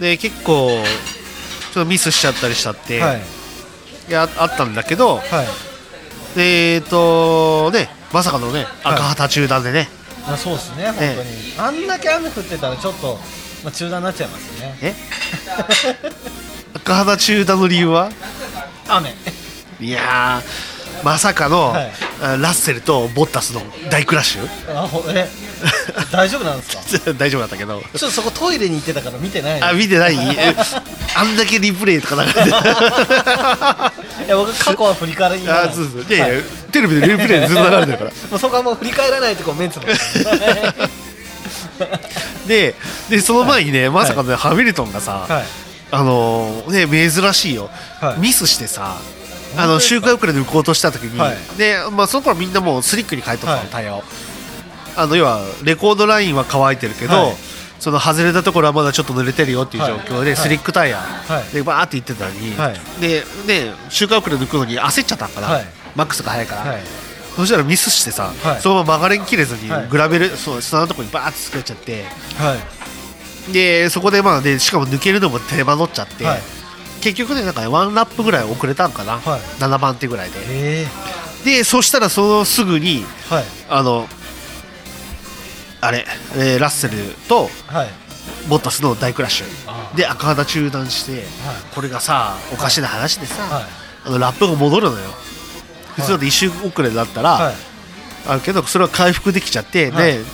[SPEAKER 3] で結構ちょっとミスしちゃったりしちゃって、
[SPEAKER 2] いはい
[SPEAKER 3] いやあったんだけど
[SPEAKER 2] はい
[SPEAKER 3] でえっとねまさかの
[SPEAKER 2] は
[SPEAKER 3] ね
[SPEAKER 2] い
[SPEAKER 3] 赤旗中断でね、
[SPEAKER 2] あそうですね本当に、
[SPEAKER 3] え
[SPEAKER 2] あんだけ雨降ってたらちょっと、まあ、中断になっちゃいますね
[SPEAKER 3] え 赤旗中断の理由は
[SPEAKER 2] 雨
[SPEAKER 3] いやーまさかの、
[SPEAKER 2] はい
[SPEAKER 3] あラッセルとボッタスの大クラッシュ
[SPEAKER 2] あほえ大丈夫なんですか
[SPEAKER 3] 大丈夫だったけど
[SPEAKER 2] ちょっとそこトイレに行ってたから見てない
[SPEAKER 3] あ見て ないえあんだけリプレイとかなん かで
[SPEAKER 2] いや僕過去は振り返りな
[SPEAKER 3] あそうそうで、テレビでリプレイでずっと流れてるから
[SPEAKER 2] もうそこはもう振り返らないとこうメンツも
[SPEAKER 3] ででその前にね、まさかね、ハミルトンがさ、
[SPEAKER 2] はい
[SPEAKER 3] あのーね珍しいよ、
[SPEAKER 2] はい
[SPEAKER 3] ミスしてさあ
[SPEAKER 2] 本当
[SPEAKER 3] の
[SPEAKER 2] ですか
[SPEAKER 3] 周回遅れで抜こうとした時に、
[SPEAKER 2] はい
[SPEAKER 3] でまあ、その頃みんなもうスリックに変えとったの、
[SPEAKER 2] はい
[SPEAKER 3] タイヤをあの要はレコードラインは乾いてるけど、
[SPEAKER 2] はい
[SPEAKER 3] その外れたところはまだちょっと濡れてるよっていう状況で、
[SPEAKER 2] はい
[SPEAKER 3] スリックタイヤ
[SPEAKER 2] い
[SPEAKER 3] でバーっていってたのに、
[SPEAKER 2] はい
[SPEAKER 3] でね周回遅れ抜くのに焦っちゃったから、
[SPEAKER 2] はい
[SPEAKER 3] マックスが速いから、
[SPEAKER 2] はい
[SPEAKER 3] そしたらミスしてさ、
[SPEAKER 2] はい
[SPEAKER 3] そのまま曲がれん切れずに
[SPEAKER 2] はい
[SPEAKER 3] グラベル、そう砂のところにバーって作っちゃって。
[SPEAKER 2] はい
[SPEAKER 3] でそこでまあねしかも抜けるのも手間取っちゃって、
[SPEAKER 2] はい
[SPEAKER 3] 結局ねなんかねワンラップぐらい遅れたんかな、
[SPEAKER 2] はい
[SPEAKER 3] 7番手ぐらいで
[SPEAKER 2] え
[SPEAKER 3] でそしたらそのすぐに
[SPEAKER 2] ー、はい
[SPEAKER 3] あのあれ、えーラッセルと
[SPEAKER 2] はい
[SPEAKER 3] ボッタスの大クラッシ
[SPEAKER 2] あ
[SPEAKER 3] ュで赤旗中断して、これがさおかしな話でさ、
[SPEAKER 2] はい
[SPEAKER 3] あのラップが戻るのよ普通だって1周遅れだったら、
[SPEAKER 2] はい
[SPEAKER 3] あるけどそれは回復できちゃって、
[SPEAKER 2] はい
[SPEAKER 3] でね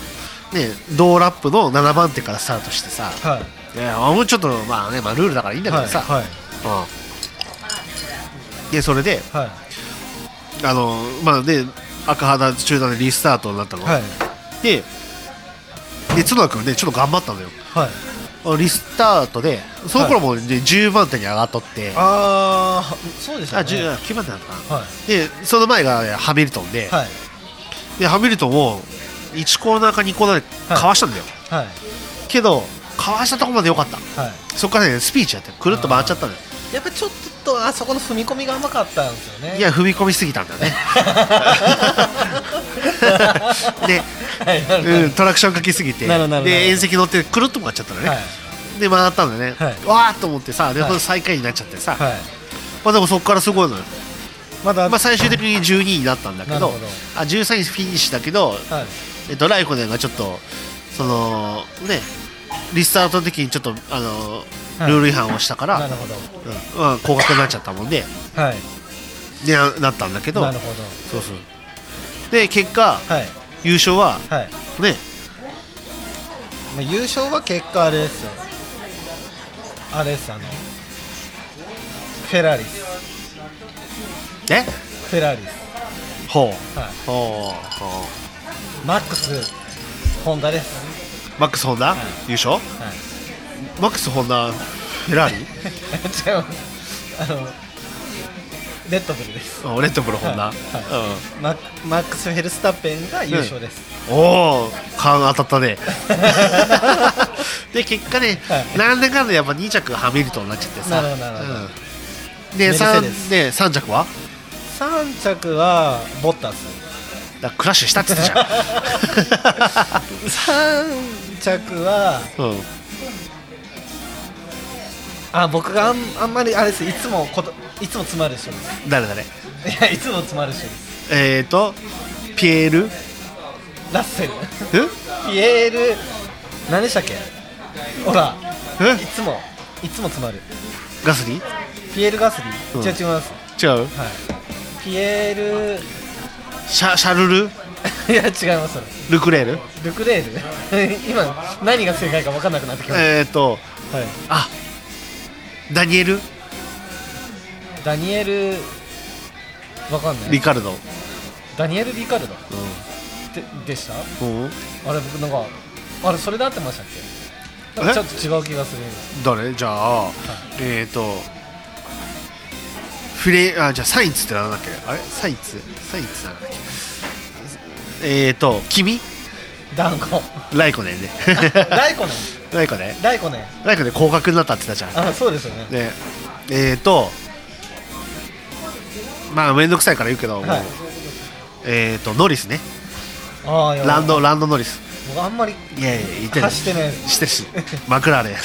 [SPEAKER 3] 同ラップの7番手からスタートしてさ、
[SPEAKER 2] はい
[SPEAKER 3] いやもうちょっとまあね、まあ、ルールだからいいんだけ
[SPEAKER 2] は
[SPEAKER 3] ど
[SPEAKER 2] い
[SPEAKER 3] さ、
[SPEAKER 2] はい
[SPEAKER 3] うんでそれで
[SPEAKER 2] はい
[SPEAKER 3] あのまあね赤肌中断でリスタートになったの、
[SPEAKER 2] はい
[SPEAKER 3] でで角田君ねちょっと頑張ったのよ
[SPEAKER 2] はい
[SPEAKER 3] あのリスタートでその頃も、ね10番手に上がっとってあ、
[SPEAKER 2] ああそうでしたね
[SPEAKER 3] 10あ9番手なのかな、
[SPEAKER 2] は
[SPEAKER 3] でその前が、ねハミルトンで,、
[SPEAKER 2] いはい
[SPEAKER 3] でハミルトンを1コーナーか2コーナーでかわしたんだよ、
[SPEAKER 2] はい
[SPEAKER 3] けどかわしたとこまでよかった
[SPEAKER 2] はい
[SPEAKER 3] そこからねスピーチやってくるっと回っちゃったのよ
[SPEAKER 2] やっぱちょっとあそこの踏み込みが甘かったんですよね
[SPEAKER 3] いや踏み込みすぎたん だよねで
[SPEAKER 2] はいなるほど
[SPEAKER 3] うん、トラクションかけすぎて
[SPEAKER 2] なるほどなるほど
[SPEAKER 3] で縁石乗ってくるっと回っちゃったのね、
[SPEAKER 2] はい
[SPEAKER 3] で回ったんだね、
[SPEAKER 2] はい
[SPEAKER 3] わーっと思ってさで、
[SPEAKER 2] はい
[SPEAKER 3] 最下位になっちゃってさ、
[SPEAKER 2] はい
[SPEAKER 3] まあ、でもそこからすごいのよ、
[SPEAKER 2] まだ
[SPEAKER 3] まあ、最終的に12位になったんだけど
[SPEAKER 2] なるほど
[SPEAKER 3] あ13位フィニッシュだけど、
[SPEAKER 2] はい
[SPEAKER 3] えっと、ライコネンがちょっとそのねリスタートの時にちょっとあの
[SPEAKER 2] はい
[SPEAKER 3] ルール違反をしたから、
[SPEAKER 2] なるほど
[SPEAKER 3] うんまあ、高額になっちゃったもんで
[SPEAKER 2] はい
[SPEAKER 3] でななったんだけど
[SPEAKER 2] なるほ
[SPEAKER 3] そうそうで結果
[SPEAKER 2] どはい
[SPEAKER 3] 優勝は
[SPEAKER 2] はい
[SPEAKER 3] ね
[SPEAKER 2] まあ優勝は結果あれですよあれですあのフェラーリス
[SPEAKER 3] え
[SPEAKER 2] フェラーリス
[SPEAKER 3] ほう、
[SPEAKER 2] はい
[SPEAKER 3] ほうほう
[SPEAKER 2] マックスホンダです
[SPEAKER 3] マックスホンダ、優勝、マックスホンダフェラーリ
[SPEAKER 2] 違いますあのレッドブルです
[SPEAKER 3] あレッドブルホンダ、
[SPEAKER 2] はいママックス・フェルスタッペンが優勝です、
[SPEAKER 3] うん、おお勘当たっ たねで結果ね、
[SPEAKER 2] はい
[SPEAKER 3] なんだかんだやっぱ2着ハミルトンになっちゃってさ
[SPEAKER 2] なるほどなるほど
[SPEAKER 3] うんで
[SPEAKER 2] メルセデス
[SPEAKER 3] 3, で3着は
[SPEAKER 2] 三3着はボッタス
[SPEAKER 3] だクラッシュしたって言ってた
[SPEAKER 2] 3着は
[SPEAKER 3] じゃ ん、うん、
[SPEAKER 2] あ僕があんあんまりあれですいつもこといつも詰まる人です
[SPEAKER 3] 誰誰
[SPEAKER 2] いやいつも詰まるし
[SPEAKER 3] えーとピエール
[SPEAKER 2] ラッセル
[SPEAKER 3] え
[SPEAKER 2] ピエール何でしたっけ ほらい
[SPEAKER 3] え
[SPEAKER 2] つもいつも詰まる
[SPEAKER 3] ガスリ
[SPEAKER 2] ピエール・ガスリー、
[SPEAKER 3] うん
[SPEAKER 2] 違う違います
[SPEAKER 3] 違う
[SPEAKER 2] ピエール
[SPEAKER 3] シャシャルル
[SPEAKER 2] いや違います
[SPEAKER 3] ルクレール
[SPEAKER 2] ルクレール 今何が正解か分かんなくなってきまし
[SPEAKER 3] えーと
[SPEAKER 2] た、はい、
[SPEAKER 3] あダニエル
[SPEAKER 2] ダニエル分かんない
[SPEAKER 3] リカルド
[SPEAKER 2] ダニエル・リカルド、ででした
[SPEAKER 3] うん
[SPEAKER 2] あれ僕なんかあれそれで合ってましたっけなんかちょっと違う気がする
[SPEAKER 3] 誰じゃあ、えーとフレあじゃあサインツってなんだっけあれサインツサインツなんだっけえーと君
[SPEAKER 2] 団 子
[SPEAKER 3] ライコネンね
[SPEAKER 2] 大根ね
[SPEAKER 3] ライコネン
[SPEAKER 2] 大根ね
[SPEAKER 3] ライコネン降格になったって言ったじゃ
[SPEAKER 2] あそうですよね
[SPEAKER 3] んねえーとまあ面倒くさいから言うけど、もう
[SPEAKER 2] はい
[SPEAKER 3] えーとノリスね
[SPEAKER 2] ああいや
[SPEAKER 3] ランドランドノリス
[SPEAKER 2] 僕あんまり
[SPEAKER 3] いやいや言ってる
[SPEAKER 2] 走ってない
[SPEAKER 3] してるしマクラーレ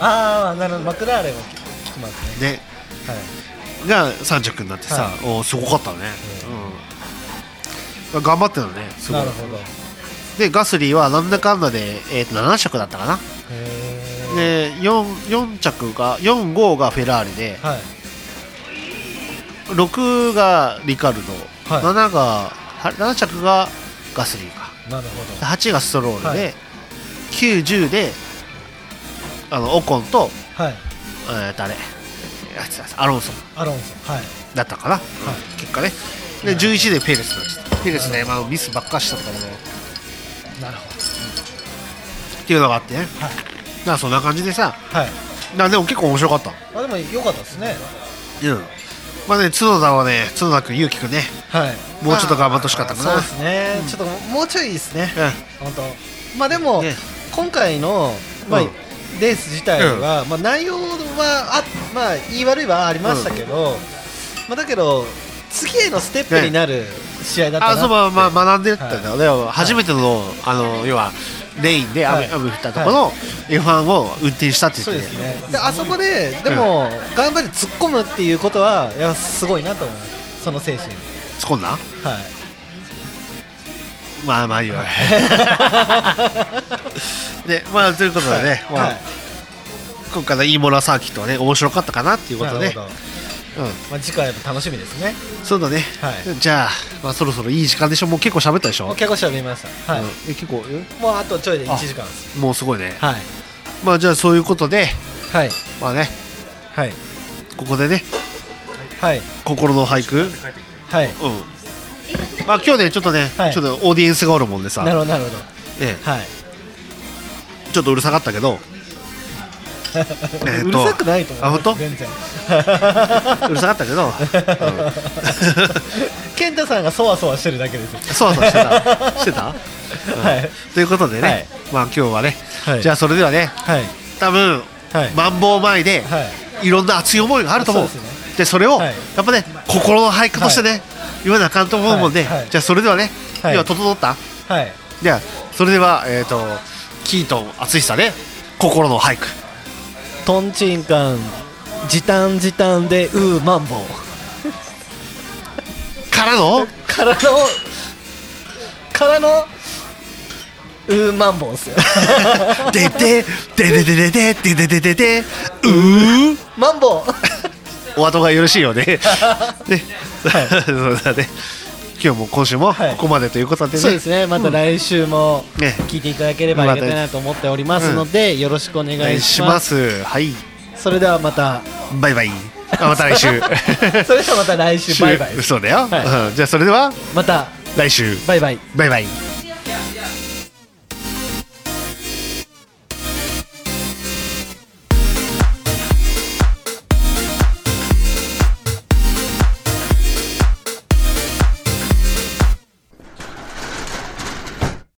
[SPEAKER 2] ああなるほどマクラーレンを聞きますね
[SPEAKER 3] ンね
[SPEAKER 2] はい
[SPEAKER 3] が三着になってさ、
[SPEAKER 2] は
[SPEAKER 3] おーすごかったね、うん頑張ってたねすごい
[SPEAKER 2] なるほどへ
[SPEAKER 3] でガスリーはなんだかんだで、えー、と7着だったかな、
[SPEAKER 2] え
[SPEAKER 3] で 4, 四着が45がフェラーリで
[SPEAKER 2] はい
[SPEAKER 3] 6がリカルド、
[SPEAKER 2] はい
[SPEAKER 3] 7がは7着がガスリーか
[SPEAKER 2] なるほ
[SPEAKER 3] で8がストロールで、
[SPEAKER 2] は
[SPEAKER 3] 90であのオコンと、
[SPEAKER 2] どはい
[SPEAKER 3] えー誰あ違うアロンソ
[SPEAKER 2] アロンソはい
[SPEAKER 3] だったかな、結果ねで11でペレスになっちゃったペレスね、まあ、ミスばっかしたとからね
[SPEAKER 2] なるほ
[SPEAKER 3] っていうのがあってね、
[SPEAKER 2] はい
[SPEAKER 3] まあそんな感じでさ
[SPEAKER 2] どはい
[SPEAKER 3] なでも結構面白かった
[SPEAKER 2] まあでも良かったですね
[SPEAKER 3] うんまあね角田はね角田君勇気君ね
[SPEAKER 2] はい
[SPEAKER 3] もうちょっと頑張ってほしかったかな
[SPEAKER 2] そうですね、ちょっともうちょいですね
[SPEAKER 3] うん
[SPEAKER 2] 本当まあでも、
[SPEAKER 3] ね
[SPEAKER 2] 今回の、まあ
[SPEAKER 3] うん
[SPEAKER 2] レース自体は、まあ、内容はあ、まあ、言い悪いはありましたけど、まあ、だけど次へのステップになる試合だったな
[SPEAKER 3] あ
[SPEAKER 2] って
[SPEAKER 3] そうまあまあ学んでったんだよ、でも初めての,、あの要はレインで雨,、
[SPEAKER 2] はい
[SPEAKER 3] 雨降ったところの F1 を運転したって
[SPEAKER 2] そ
[SPEAKER 3] 言
[SPEAKER 2] う
[SPEAKER 3] っ
[SPEAKER 2] で
[SPEAKER 3] て
[SPEAKER 2] すねであそこででも、頑張って突っ込むっていうことはいやすごいなと思うその精神
[SPEAKER 3] 突っ込んだ
[SPEAKER 2] はい
[SPEAKER 3] まあまあい いわでまあということでね、まあ
[SPEAKER 2] はい
[SPEAKER 3] 今回のイーモラサーキットはね面白かったかなっていうこと
[SPEAKER 2] な
[SPEAKER 3] で、
[SPEAKER 2] るほ
[SPEAKER 3] ね
[SPEAKER 2] どまあ、次回も楽しみですね
[SPEAKER 3] うん、そうだね、
[SPEAKER 2] はい
[SPEAKER 3] じゃあ、まあ、そろそろいい時間でしょもう結構喋ったでしょ、
[SPEAKER 2] お客さん見ました、はい
[SPEAKER 3] うんえ結構え
[SPEAKER 2] もうあとちょいで1時間です
[SPEAKER 3] もうすごいね
[SPEAKER 2] はい
[SPEAKER 3] まあじゃあそういうことで
[SPEAKER 2] はい
[SPEAKER 3] まあね
[SPEAKER 2] はい
[SPEAKER 3] ここでね
[SPEAKER 2] はい
[SPEAKER 3] 心の俳句うん
[SPEAKER 2] はい
[SPEAKER 3] まあ今日ねちょっとね、
[SPEAKER 2] はい
[SPEAKER 3] ちょっとオーディエンスがおるもんでさ
[SPEAKER 2] なる、ほどなるほど
[SPEAKER 3] え
[SPEAKER 2] はい
[SPEAKER 3] えちょっとうるさかったけどえっと
[SPEAKER 2] うるさくないと思う
[SPEAKER 3] あ本当
[SPEAKER 2] 全然
[SPEAKER 3] うるさかったけど、うん
[SPEAKER 2] 健太さんがそわそわしてるだけです
[SPEAKER 3] そわそわしてたしてた、うん
[SPEAKER 2] はい
[SPEAKER 3] ということでね、
[SPEAKER 2] はい
[SPEAKER 3] まあ今日はね、
[SPEAKER 2] はい
[SPEAKER 3] じゃあそれではね
[SPEAKER 2] はい
[SPEAKER 3] 多分、
[SPEAKER 2] はい
[SPEAKER 3] マンボウ前で、、
[SPEAKER 2] はい
[SPEAKER 3] ろんな熱い思いがあると思う
[SPEAKER 2] そうです
[SPEAKER 3] でそれを、
[SPEAKER 2] はい
[SPEAKER 3] やっぱね心の俳句としてね、言わなあかんと思うもんで、
[SPEAKER 2] はいはい
[SPEAKER 3] じゃあそれではね、
[SPEAKER 2] はい
[SPEAKER 3] 今整った
[SPEAKER 2] はい
[SPEAKER 3] じゃあそれではえっ、とキートン淳さんで心の俳句
[SPEAKER 2] トンチンカン時短時短でウーマンボウ
[SPEAKER 3] からの
[SPEAKER 2] からのからのウーマンボウっすよ
[SPEAKER 3] ででででででででででででうー
[SPEAKER 2] マンボウ
[SPEAKER 3] お後がよろしい ようでね、 そうだね今日も今週もこ
[SPEAKER 2] はい
[SPEAKER 3] こまでということでね、
[SPEAKER 2] そうですねまた来週も
[SPEAKER 3] うんね
[SPEAKER 2] 聞いていただければありがたいなと思っておりますのでよろしくお願
[SPEAKER 3] お願い
[SPEAKER 2] い
[SPEAKER 3] し
[SPEAKER 2] しま
[SPEAKER 3] ますすはい
[SPEAKER 2] それではま た
[SPEAKER 3] バイバイあまた 来週
[SPEAKER 2] そ れではまた来週バイバイ
[SPEAKER 3] そうだよ、
[SPEAKER 2] はい
[SPEAKER 3] うんじゃあそれでは
[SPEAKER 2] また
[SPEAKER 3] 来週
[SPEAKER 2] バイバイ
[SPEAKER 3] バイバイ